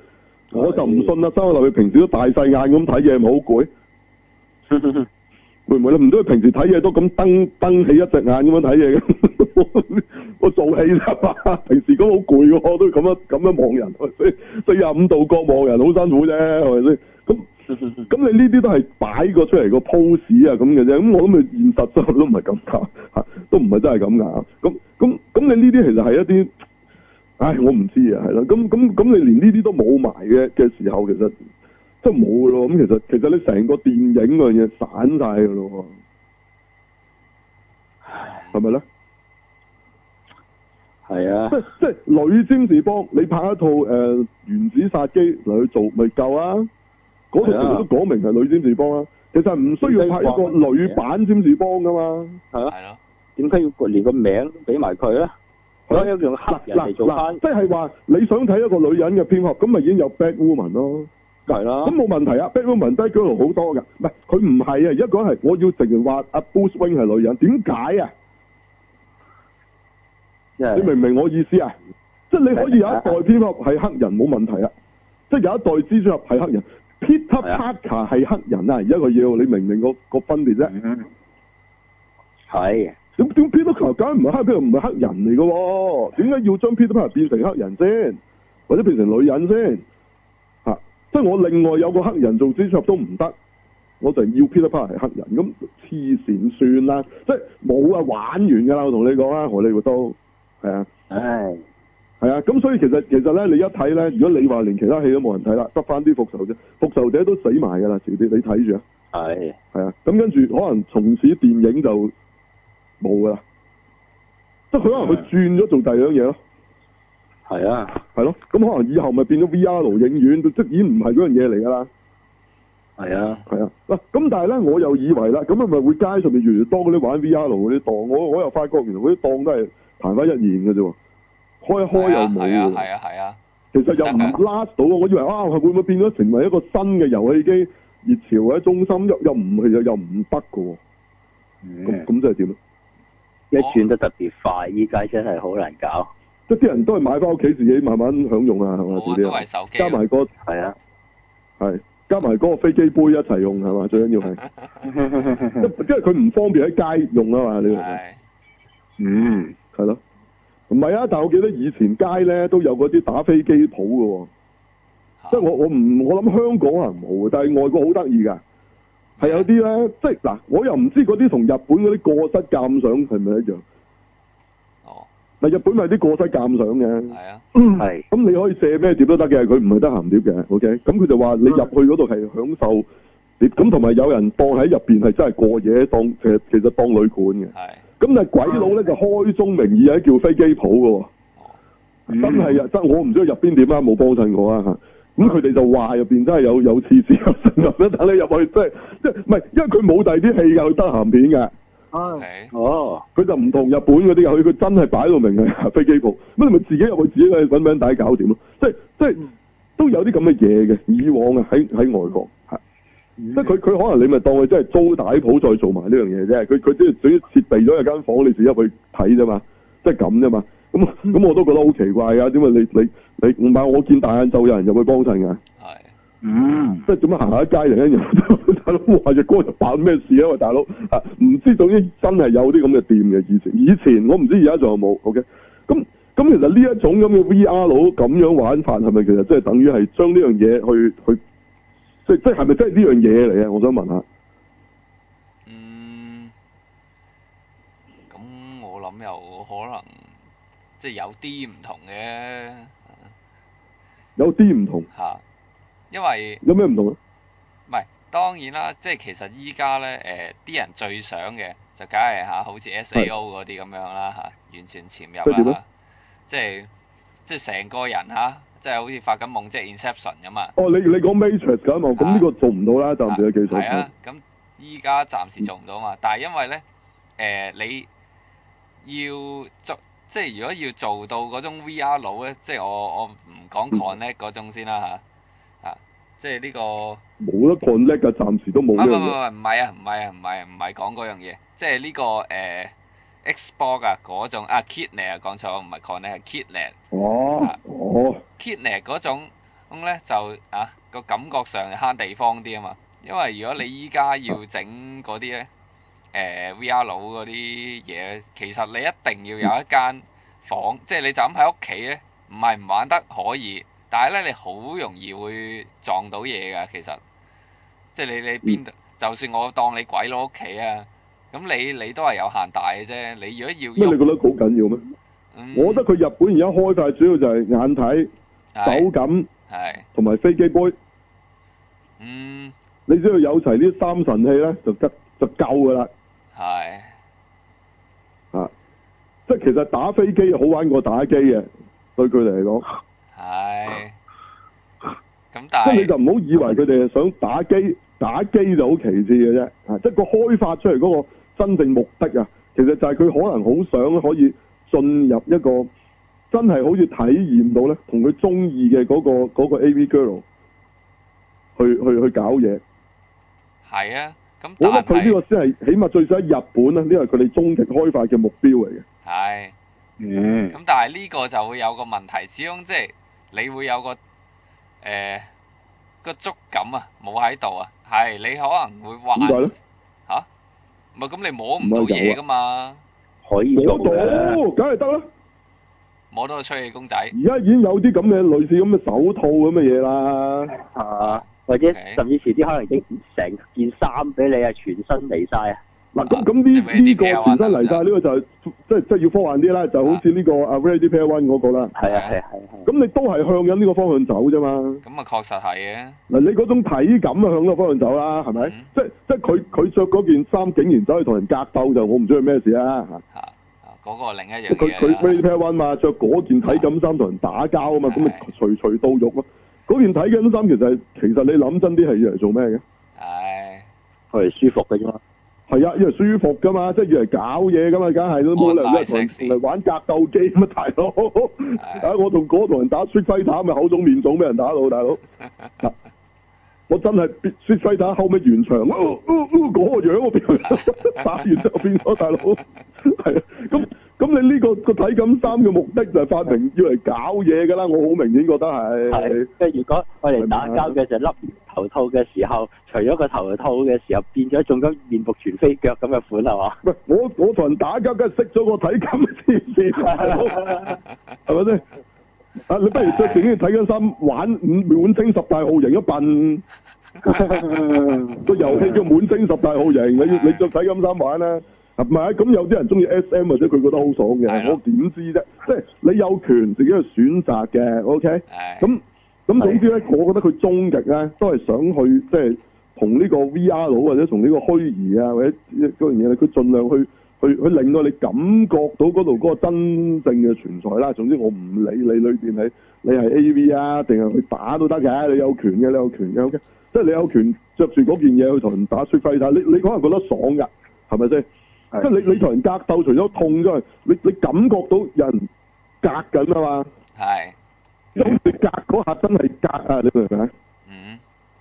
[SPEAKER 1] 我就唔信啊啦，新康流佢平時都大細眼咁睇嘢，咪好攰。會唔會咧？唔通佢平時睇嘢都咁瞪瞪起一隻眼咁樣睇嘢嘅？ 我做戲啫嘛，平時都好攰喎，我都咁樣咁樣望人，四四廿五度角望人好辛苦啫，係咪先？咁咁你呢啲都係擺個出嚟個 pose 啊咁嘅啫，咁我諗佢現實生活都唔係咁㗎， 嚇都唔係真係咁㗎。咁咁咁你呢啲其實係一啲，唉，我唔知啊，係啦。咁咁咁你連呢啲都冇埋嘅嘅時候，其實即係冇咯。咁其實其實你成個電影嗰樣嘢散晒㗎咯喎，係咪咧？
[SPEAKER 3] 係啊
[SPEAKER 1] 即，即係女占士邦，你拍一套誒、呃原子殺機嚟去做，咪夠啊？嗰度其
[SPEAKER 3] 係
[SPEAKER 1] 實
[SPEAKER 3] 啊
[SPEAKER 1] 都講明係女占士邦啦。啊其實唔需要拍一個女版占士邦噶嘛。
[SPEAKER 3] 係啊，
[SPEAKER 4] 係咯，
[SPEAKER 3] 點解要連個名都俾埋佢咧？攞一樣黑人嚟做翻，
[SPEAKER 1] 即係話你想睇一個女人嘅蝙蝠，咁咪已經有 Bad Woman 咯。
[SPEAKER 3] 係啦
[SPEAKER 1] 咁，冇問題啊，Bad Woman、Bad Girl 好多㗎。唔係佢唔係啊，而家講係我要直情話阿 Bruce Wayne 係女人，點解啊？
[SPEAKER 3] 即係
[SPEAKER 1] 你明唔明我意思啊？即係你可以有一代蝙蝠係黑人冇問題啊，即係有一代蜘蛛俠係黑人，Peter
[SPEAKER 3] 係啊
[SPEAKER 1] Parker 係黑人啊，而家佢要你明唔明個個分別啫？
[SPEAKER 3] 嗯係
[SPEAKER 1] 咁點 Peter Parker 梗係唔係黑，佢唔係黑人嚟嘅喎，點解要將 Peter Parker 變成黑人先，或者變成女人先？嚇、即係我另外有個黑人做蜘蛛俠都唔得，我就要 Peter Parker 係黑人，咁黐線算啦，即係冇啊玩完㗎啦，我同你講啊，荷里活都係啊。
[SPEAKER 3] 唉，
[SPEAKER 1] 係啊，咁所以其實其實咧，你一睇咧，如果你話連其他戲都冇人睇啦，得翻啲復仇者，復仇者都死埋㗎啦，遲啲你睇住啊，
[SPEAKER 3] 係
[SPEAKER 1] 係啊，咁跟住可能從此電影就冇㗎啦，即係佢可能
[SPEAKER 4] 嗯
[SPEAKER 1] 佢轉咗做第二樣嘢咯，
[SPEAKER 3] 係啊，
[SPEAKER 1] 係咯，咁可能以後咪變咗 VR 影院，即係已經唔係嗰樣嘢嚟㗎啦，
[SPEAKER 3] 係啊，
[SPEAKER 1] 係啊，嗱咁但係咧，我又以為啦，咁係咪會街上面越嚟越多嗰啲玩 VR 嗰啲檔？我我又發覺原來嗰啲檔都係曇花一現嘅啫喎，開一開
[SPEAKER 4] 係
[SPEAKER 1] 又
[SPEAKER 4] 啊
[SPEAKER 1] 冇
[SPEAKER 4] 係啊
[SPEAKER 1] 喎。
[SPEAKER 4] 係啊係啊，
[SPEAKER 1] 其實又唔 last 到啊！我以為啊，會唔會變咗成為一個新嘅遊戲機熱潮或者中心？又又唔係又又唔得嘅喎。咁
[SPEAKER 3] 嗯
[SPEAKER 1] 咁即係點啊咧？
[SPEAKER 3] 一轉得特別快，依家真係好難搞，
[SPEAKER 1] 即係啲人都係買翻屋企自己慢慢享用啊，係
[SPEAKER 4] 我
[SPEAKER 1] 嘛？自
[SPEAKER 4] 哦都
[SPEAKER 1] 己
[SPEAKER 4] 係手機
[SPEAKER 1] 加埋
[SPEAKER 4] 咯，
[SPEAKER 1] 個
[SPEAKER 3] 係啊，
[SPEAKER 1] 係加埋嗰個飛機杯一齊用係嘛？最緊要係，因因為佢唔方便喺街用啊嘛，你明唔明？
[SPEAKER 4] 係
[SPEAKER 3] 嗯，
[SPEAKER 1] 係咯，唔係啊！但係我記得以前街咧都有嗰啲打飛機鋪嘅喎，
[SPEAKER 4] 啊
[SPEAKER 1] 即係我我唔我諗香港啊冇，但係外國好得意㗎，係有啲咧，即係嗱，我又唔知嗰啲同日本嗰啲過失鑑賞係咪一樣？
[SPEAKER 4] 哦，
[SPEAKER 1] 嗱，日本咪啲過失鑑賞嘅。
[SPEAKER 4] 係啊，
[SPEAKER 2] 嗯，
[SPEAKER 3] 系，
[SPEAKER 1] 咁你可以借咩碟都得嘅，佢唔係得鹹碟嘅，OK？咁佢就話你入去嗰度係享受碟，咁同埋有人當喺入邊係真係過夜，當其實其實當旅館嘅。
[SPEAKER 4] 係
[SPEAKER 1] 咁但係鬼佬咧就開宗明義係叫飛機鋪嘅喎，
[SPEAKER 4] 哦，
[SPEAKER 1] 真係啊！真我唔知佢入邊點啊，冇幫襯我啊嚇。咁佢哋就話入邊真係有有廁紙有神入等你入去，即係即係唔係？因為佢冇第二啲戲㗎，佢得鹹片㗎。
[SPEAKER 2] 係，
[SPEAKER 4] OK，
[SPEAKER 3] 哦，
[SPEAKER 1] 佢就唔同日本嗰啲佢佢真係擺到明係 飛機鋪，乜你咪自己入去自己去揾名帶搞掂咯，即係即係都有啲咁嘅嘢嘅。以往啊喺喺外國，係嗯即係佢佢可能你咪當佢真係租帶鋪再做埋呢樣嘢啫，佢佢即係總之設備咗一間房，你自己入去睇啫嘛，即係咁啫嘛。咁咁我都覺得好奇怪㗎，啊點解你你你唔係我見大晏晝有人入去幫襯㗎？
[SPEAKER 4] 係
[SPEAKER 3] 嗯，
[SPEAKER 1] 即係做乜行下街嚟咧？ 大佬話隻歌就辦咩事啊？喂，大佬啊，唔知總之真係有啲咁嘅店嘅以前，以前我唔知而家仲有冇。OK，咁咁其實呢一種咁嘅 VR 佬咁樣玩法係咪其實即係等於係將呢樣嘢去去即即係咪真係呢樣嘢嚟啊？我想問下，
[SPEAKER 4] 嗯，咁我諗又可能即係有啲唔同嘅
[SPEAKER 1] 有啲唔同，
[SPEAKER 4] 嚇，因為
[SPEAKER 1] 有咩唔同啊？
[SPEAKER 4] 唔係當然啦，即係其實依家咧誒啲人最想嘅就梗係嚇，好似 SAO 嗰啲咁樣啦嚇、完全潛
[SPEAKER 1] 即係點啊
[SPEAKER 4] 入
[SPEAKER 1] 咧
[SPEAKER 4] 啦、嚇即係即係成個人嚇、即係好似發緊夢，即係 Inception 咁啊！
[SPEAKER 1] 哦，你你講 Matrix 咁啊嘛，咁呢個做唔到啦，暫時嘅技術。
[SPEAKER 4] 係啊，咁依家暫時做唔到嘛，但係因為咧，誒、你要做，即係如果要做到嗰種 VR 佬咧，即係我我唔講 connect 嗰種先啦吓，啊，即係呢、個
[SPEAKER 1] 冇得 connect 㗎，暫時都冇
[SPEAKER 4] 唔
[SPEAKER 1] 呢
[SPEAKER 4] 係
[SPEAKER 1] 樣
[SPEAKER 4] 唔係唔
[SPEAKER 1] 嘢。
[SPEAKER 4] 係唔係啊唔係啊唔係啊唔係講嗰樣嘢，即係呢、個誒、Xbox 啊嗰種啊 Kitnet 啊講錯，唔係 connect 係 Kitnet。
[SPEAKER 1] 哦哦，
[SPEAKER 4] Kitnet 嗰種咁咧就啊個感覺上慳地方啲啊嘛，因為如果你依家要整嗰啲咧，誒、VR 佬嗰啲嘢呢，其實你一定要有一間房，即係你就咁喺屋企咧，唔係唔玩得可以，但係咧你好容易會撞到嘢㗎，其實即係你你邊度，就算我當你鬼佬屋企啊，咁你你都係有限大嘅啫，你如
[SPEAKER 1] 咩
[SPEAKER 4] 果
[SPEAKER 1] 你覺
[SPEAKER 4] 要
[SPEAKER 1] 得好緊要咩？
[SPEAKER 4] 嗯
[SPEAKER 1] 我覺得佢日本而家開晒主要就係眼睇、手
[SPEAKER 4] 係
[SPEAKER 1] 感
[SPEAKER 4] 係
[SPEAKER 1] 同埋飛機杯，
[SPEAKER 4] 嗯
[SPEAKER 1] 你只要有齊呢三神器咧，就得就夠噶啦
[SPEAKER 4] 係
[SPEAKER 1] 啊！即係其實打飛機好玩過打機嘅，對佢哋嚟講，
[SPEAKER 4] 係。咁
[SPEAKER 1] 即係你
[SPEAKER 4] 但
[SPEAKER 1] 就
[SPEAKER 4] 係
[SPEAKER 1] 唔好以為佢哋係想打機，打機就好其次嘅啫。啊，即係個開發出嚟嗰個真正目的啊，其實就係佢可能好想可以進入一個真係好似體驗到咧，同佢中意嘅嗰個嗰、個 A V girl 去去去搞嘢。
[SPEAKER 4] 係啊，咁
[SPEAKER 1] 我
[SPEAKER 4] 但
[SPEAKER 1] 覺得佢呢
[SPEAKER 4] 係
[SPEAKER 1] 個先係起碼最少喺日本啊啦，呢個係佢哋終極開發嘅目標嚟嘅。
[SPEAKER 4] 係
[SPEAKER 3] 嗯，
[SPEAKER 4] 咁，但係呢個就會有個問題，始終即係你會有個誒個觸感啊，冇喺度啊，係你可能會
[SPEAKER 1] 點解咧
[SPEAKER 4] 幻？嚇，唔係咁你摸唔到
[SPEAKER 1] 唔係有啊
[SPEAKER 4] 嘢噶嘛，
[SPEAKER 3] 可以
[SPEAKER 1] 摸
[SPEAKER 3] 做
[SPEAKER 1] 到
[SPEAKER 3] 嘅，，
[SPEAKER 1] 梗係得啦！
[SPEAKER 4] 摸到個吹氣公仔，
[SPEAKER 1] 而家已經有啲咁嘅類似咁嘅手套咁嘅嘢啦。
[SPEAKER 3] 啊，或者
[SPEAKER 4] Okay
[SPEAKER 3] 甚至遲啲可能已經成件衫俾你啊，全身嚟晒啊，
[SPEAKER 1] 嗱，
[SPEAKER 4] 啊
[SPEAKER 1] 咁咁
[SPEAKER 4] 即係
[SPEAKER 1] 呢
[SPEAKER 4] Ready
[SPEAKER 1] 呢個
[SPEAKER 4] Player
[SPEAKER 1] 全身
[SPEAKER 4] One 啊
[SPEAKER 1] 嚟晒，呢個就係即係即係要科幻啲啦，就好似呢個啊 Ready Player One 嗰個啦。
[SPEAKER 3] 係啊，係啊，係啊，係啊
[SPEAKER 1] 咁你都係向緊呢個方向走啫嘛。
[SPEAKER 4] 咁啊確實係嘅，
[SPEAKER 1] 嗱，你嗰種體感啊，向呢個方向走啦，係咪
[SPEAKER 4] 嗯？
[SPEAKER 1] 即即係佢佢著嗰件衫，竟然走去同人格鬥，就我唔知佢咩事啦嚇。
[SPEAKER 4] 嚇啊嗰個另一樣
[SPEAKER 1] 佢佢 r e a d
[SPEAKER 4] 嘢啦，
[SPEAKER 1] pair one 嘛，着嗰件體感衫同人打交啊嘛，咁咪
[SPEAKER 4] 係
[SPEAKER 1] 隨隨到肉咯。嗰件體感衫其實係其實你諗真啲係要嚟做咩嘅？
[SPEAKER 4] 唉，
[SPEAKER 3] 佢哋舒服嘅啫嘛，
[SPEAKER 1] 係啊，要嚟舒服噶嘛，即係要嚟搞嘢噶嘛，梗係都冇理由
[SPEAKER 4] Online
[SPEAKER 1] 一同人
[SPEAKER 4] sexy
[SPEAKER 1] 同人玩格鬥機咁啊，大佬！啊，我同嗰同人打雪輝打咪口腫面腫俾人打到，大佬！啊我真係必雪輝打後尾完場，嗰、哦哦哦嗰個樣我變，打完之後變咗大佬，係啊，咁咁你呢、個個體感衫嘅目的就係發明要嚟搞嘢㗎啦，我好明顯覺得係
[SPEAKER 3] 係，即係如果我哋打交嘅就笠頭套嘅時候，除咗個頭套嘅時候，變咗中咗面目全非腳咁嘅款係嘛？
[SPEAKER 1] 喂，我我同人打交，梗係識咗個睇金先先，係咪先？啊，你不如着件睇緊衫玩五滿清十大酷刑一笨， 個遊戲叫滿清十大酷刑，你要你着睇金衫玩啦。啊唔係啊，咁有啲人中意 S.M. 或者佢覺得好爽
[SPEAKER 4] 係
[SPEAKER 1] 嘅，
[SPEAKER 4] 咯
[SPEAKER 1] 我點知啫？即係你有權自己去選擇嘅，OK？
[SPEAKER 4] 係
[SPEAKER 1] 咁咁總之咧，我覺得佢終極咧都係想去即係同呢個 VR 佬或者同呢個虛擬啊或者嗰樣嘢呢，佢盡量去去去令到你感覺到嗰度嗰個真正嘅存在啦。總之我唔理你裏邊係你係 AV 啊定係去打都得嘅，你有權嘅，你有權嘅，OK？即係你有權着住嗰件嘢去同人打雪揮打，你你可能覺得爽㗎，係咪先？即係你你同人格鬥，除咗痛之外，你你感覺到有人格緊啊嘛。
[SPEAKER 4] 係，
[SPEAKER 1] 咁你隔嗰下真係隔啊！你明唔明啊？
[SPEAKER 4] 嗯，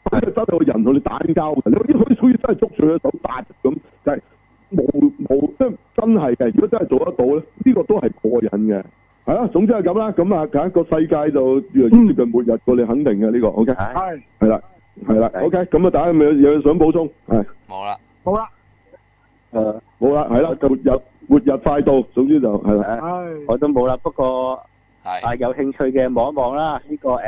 [SPEAKER 1] 真係真係個人同你打緊交嘅，你啲好似真係捉住佢手打咁，就係冇冇即係真係嘅。如果真係做得到咧，呢、個都係過癮嘅。係啦，總之係咁啦。咁啊，揀個世界就越嚟越接近末日過，你肯定嘅呢、個。OK，
[SPEAKER 3] 係
[SPEAKER 2] 係
[SPEAKER 1] 係啦，係啦。
[SPEAKER 3] 係
[SPEAKER 1] OK，咁啊，大家有冇有嘢想補充？係
[SPEAKER 4] 冇啦，
[SPEAKER 2] 好啦，
[SPEAKER 3] 誒，
[SPEAKER 1] 冇啦，係啦，末日末日快到，總之就係啦。
[SPEAKER 3] 誒
[SPEAKER 2] 係
[SPEAKER 3] 我都冇啦。不過啊，
[SPEAKER 4] 係，
[SPEAKER 3] 有興趣嘅望一望啦。呢個誒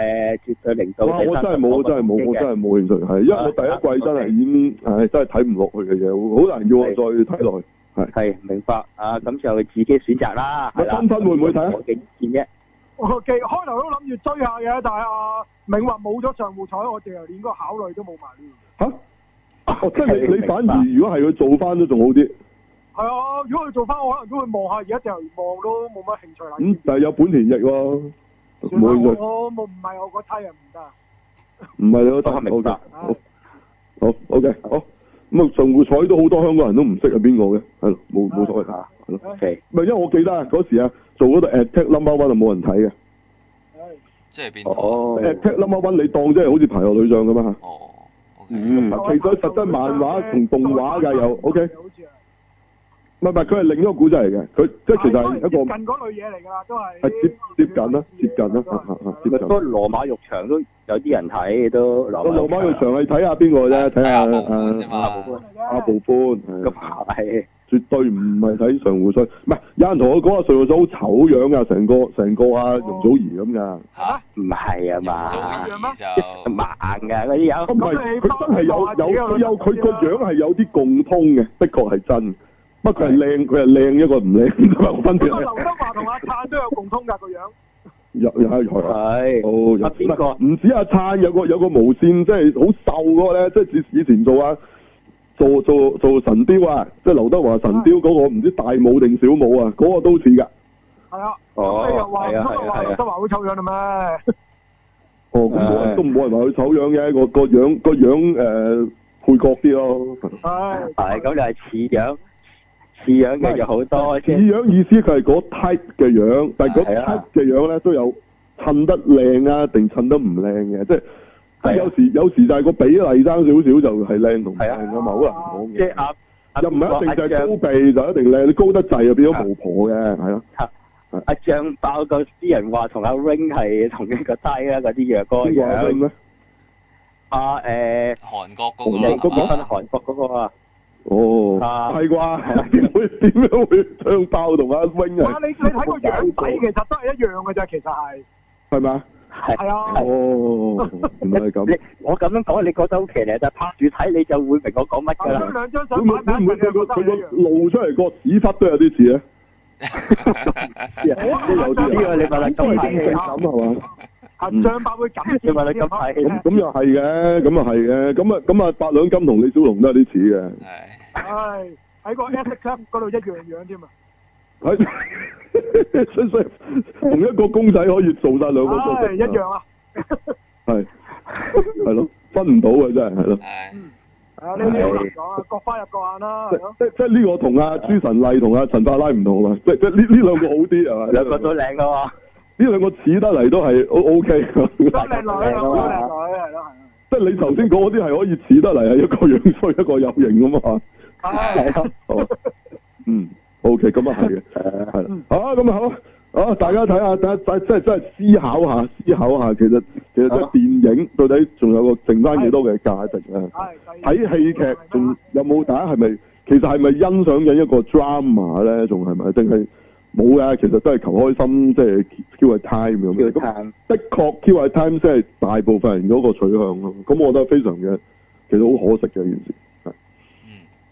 [SPEAKER 3] 絕對零到
[SPEAKER 1] 哇！我真係冇，我真係冇，我真係冇興趣。係，因為我第一季真係已經係真係睇唔落去嘅嘢，好難要我再睇落去。
[SPEAKER 3] 係明白啊，咁就自己選擇啦。
[SPEAKER 1] 喂
[SPEAKER 3] 係啦
[SPEAKER 1] 分分會唔會睇啊
[SPEAKER 3] 我嘅意見啫。
[SPEAKER 2] 我記開頭都諗住追下嘅，但係阿明話冇咗上户彩，我淨係連個考慮都冇埋呢。
[SPEAKER 1] 吓？哦，啊即係你你
[SPEAKER 3] 明白
[SPEAKER 1] 反而如果係佢做翻都仲好啲，
[SPEAKER 2] 係啊，如果佢做翻，我可能都會望下，而家就望都冇乜興趣啦。
[SPEAKER 1] 咁但係有本田翼喎，冇
[SPEAKER 2] 算啦
[SPEAKER 1] 佢
[SPEAKER 2] 我我冇唔係我嗰梯啊，唔得啊。
[SPEAKER 1] 唔係你嗰
[SPEAKER 3] 我
[SPEAKER 1] 套
[SPEAKER 3] 明白
[SPEAKER 1] 好嘅好好 OK 好。咁啊，上户彩都好多香港人都唔識係邊個嘅，係咯，冇冇所謂
[SPEAKER 3] 啊
[SPEAKER 1] 嚇，係咯。
[SPEAKER 2] 唉
[SPEAKER 3] OK，
[SPEAKER 1] 唔係因為我記得啊，嗰時啊做嗰度 Attack Number One 就冇人睇嘅
[SPEAKER 2] 唉
[SPEAKER 4] 即係邊度啊？
[SPEAKER 3] 哦，
[SPEAKER 1] ，Attack Number One 你當真係好似排球女將咁啊
[SPEAKER 4] 哦，OK，
[SPEAKER 3] 嗯
[SPEAKER 1] 其實實質漫畫同動畫㗎有，OK
[SPEAKER 2] 好似係
[SPEAKER 1] 嚇！唔係唔係，佢係另一個古仔嚟嘅，佢即係其實係
[SPEAKER 2] 都
[SPEAKER 1] 一個
[SPEAKER 2] 接近嗰類嘢嚟㗎啦，都係
[SPEAKER 1] 係接接近啦，接近啦，嚇嚇嚇，接
[SPEAKER 3] 不
[SPEAKER 1] 近。
[SPEAKER 3] 過羅馬浴場都有啲人睇，都羅
[SPEAKER 1] 羅馬浴
[SPEAKER 3] 場
[SPEAKER 1] 場係睇下邊個啫，睇下
[SPEAKER 4] 睇下部款啫
[SPEAKER 1] 啊
[SPEAKER 4] 嘛，
[SPEAKER 1] 阿部寬係啊
[SPEAKER 3] 咁啊係
[SPEAKER 1] 絕對唔係睇上户水，唔係有人同我講話上户水好醜樣啊，成個成個啊容祖兒咁噶，
[SPEAKER 4] 嚇，
[SPEAKER 3] 唔係啊
[SPEAKER 4] 容祖
[SPEAKER 3] 嘛？
[SPEAKER 4] 兒就
[SPEAKER 3] 盲㗎嗰啲有
[SPEAKER 1] 咁唔係佢真係有有佢有佢個樣係有啲共通嘅，的確係真，不過佢係靚佢係靚一個唔靚， 咁有分
[SPEAKER 2] 不
[SPEAKER 1] 別
[SPEAKER 2] 過
[SPEAKER 1] 嘅
[SPEAKER 2] 劉德華同阿燦都有共通㗎個樣，
[SPEAKER 1] 有有有有。
[SPEAKER 3] 係
[SPEAKER 1] 哦，有
[SPEAKER 3] 啊邊個
[SPEAKER 1] 唔止阿燦有個有個無線，即係好瘦嗰個咧，即係以以前做啊做做做神雕啊，即係劉德華神雕嗰、個唔知大武定小武啊，嗰、個都似㗎。
[SPEAKER 2] 係啊。
[SPEAKER 3] 哦
[SPEAKER 2] 咁你又話
[SPEAKER 3] 係啊
[SPEAKER 2] 咁又話
[SPEAKER 3] 係啊係啊
[SPEAKER 2] 劉德華好醜樣啦咩？
[SPEAKER 1] 哦，咁冇
[SPEAKER 3] 唉
[SPEAKER 1] 人都冇人話佢醜樣嘅，個個樣個樣誒、呃配角啲咯。
[SPEAKER 2] 唉，
[SPEAKER 3] 係咁就係似樣似樣嘅就好多
[SPEAKER 1] 似
[SPEAKER 3] 先。
[SPEAKER 1] 樣意思佢係嗰 type 嘅樣，但係嗰
[SPEAKER 3] 係啊
[SPEAKER 1] type 嘅樣咧都有襯得靚啊，定襯得唔靚嘅，即係。即係
[SPEAKER 3] 係啊
[SPEAKER 1] 有時有時就係個比例爭少少就係靚同唔
[SPEAKER 3] 係啊
[SPEAKER 1] 靚㗎嘛，好難講嘅。
[SPEAKER 3] 即係阿阿
[SPEAKER 1] 又唔係一定就係高鼻就一定靚，你高得滯就變咗巫婆嘅，係咯。
[SPEAKER 3] 阿醬爆個啲人話同阿 Ring 係同一個低啦，嗰啲藥嗰個
[SPEAKER 1] 邊個係
[SPEAKER 3] 樣。
[SPEAKER 1] 咧？
[SPEAKER 3] 啊誒，
[SPEAKER 4] 韓國嗰
[SPEAKER 1] 韓
[SPEAKER 4] 個
[SPEAKER 1] 國嗰個
[SPEAKER 4] 啦
[SPEAKER 3] 分
[SPEAKER 4] 係嘛，
[SPEAKER 3] 韓國嗰個啊，
[SPEAKER 1] 哦，
[SPEAKER 3] 啊
[SPEAKER 1] 係啩？點會點樣會唱爆同阿 wing
[SPEAKER 2] 哇！
[SPEAKER 1] 係
[SPEAKER 2] 你你睇個樣底其實都係一樣嘅咋，其實係
[SPEAKER 1] 係咪啊？
[SPEAKER 3] 係
[SPEAKER 2] 係啊
[SPEAKER 1] 哦，原來係 咁。
[SPEAKER 3] 你我咁樣講，你覺得好騎呢？但係拍住睇你就會明我講乜㗎
[SPEAKER 2] 咁將
[SPEAKER 3] 啦。
[SPEAKER 2] 兩張
[SPEAKER 1] 會
[SPEAKER 2] 相
[SPEAKER 1] 唔會
[SPEAKER 2] 擺
[SPEAKER 1] 會唔
[SPEAKER 2] 埋
[SPEAKER 1] 會佢
[SPEAKER 2] 一齊，你
[SPEAKER 1] 個
[SPEAKER 2] 又覺
[SPEAKER 1] 佢
[SPEAKER 2] 得係一樣
[SPEAKER 1] 個。露出嚟個屎忽都有啲似啊 咧？Dạ. 有啲都係咁
[SPEAKER 3] 呢個啊你問得咁大氣
[SPEAKER 1] 咁係嘛？
[SPEAKER 2] 啊，上百會咁，
[SPEAKER 3] 你問得咁大氣
[SPEAKER 1] 咁咁又係嘅，咁又係嘅，咁啊咁啊，八兩金同李小龍都有啲似
[SPEAKER 4] 係
[SPEAKER 2] 唉，喺個 S Club 嗰度一樣樣添啊！
[SPEAKER 1] 嘅，係 所以所以同一個公仔可以做晒兩個角色，
[SPEAKER 2] 唉，一樣啊！
[SPEAKER 1] 係係咯，分唔到嘅真係係咯。
[SPEAKER 4] 係
[SPEAKER 2] 啊，呢啲好難講啊，各花入各眼啦，
[SPEAKER 1] 即
[SPEAKER 2] 係咯。啊
[SPEAKER 1] 即即呢個同阿朱晨麗同阿陳法拉唔同啊嘛，即即呢呢兩個好啲係嘛？
[SPEAKER 3] 兩個都靚㗎喎。
[SPEAKER 1] 呢兩個似得嚟都係 O O K，
[SPEAKER 2] 都靚女，兩個都靚女，係咯，
[SPEAKER 1] 即你頭先講嗰啲係可以似得嚟係一個樣衰一個有型咁嘛，
[SPEAKER 2] 係啊。
[SPEAKER 3] 係咯。
[SPEAKER 1] 哦，嗯，O K，咁啊係嘅，係啦，好啊咁啊好啊，啊！大家睇下，大家真真真係思考下，思考下，其實其實即係電影到底仲有個剩翻幾多嘅價值咧？睇戲劇仲有冇大家係咪其實係咪欣賞緊一個 drama 咧？仲係咪定係冇嘅？其實都係求開心，即係 kill 下 time 咁樣。咁的確 kill 下 time 先係大部分人嗰個取向咯。咁我覺得非常嘅，其實好可惜嘅一件事。
[SPEAKER 4] 嗯，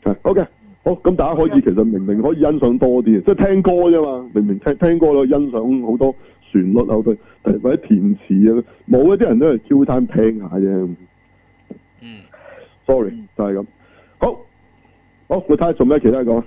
[SPEAKER 1] 係 OK，好咁大家可以其實明明可以欣賞多啲，即係聽歌啫嘛，明明聽聽歌咯，欣賞好多旋律啊，好多或者填詞啊，冇一啲人都係 Q time 聽下啫。
[SPEAKER 4] 嗯，ừ.
[SPEAKER 1] Sorry，就係咁。好，好，我睇下做咩其他講。啊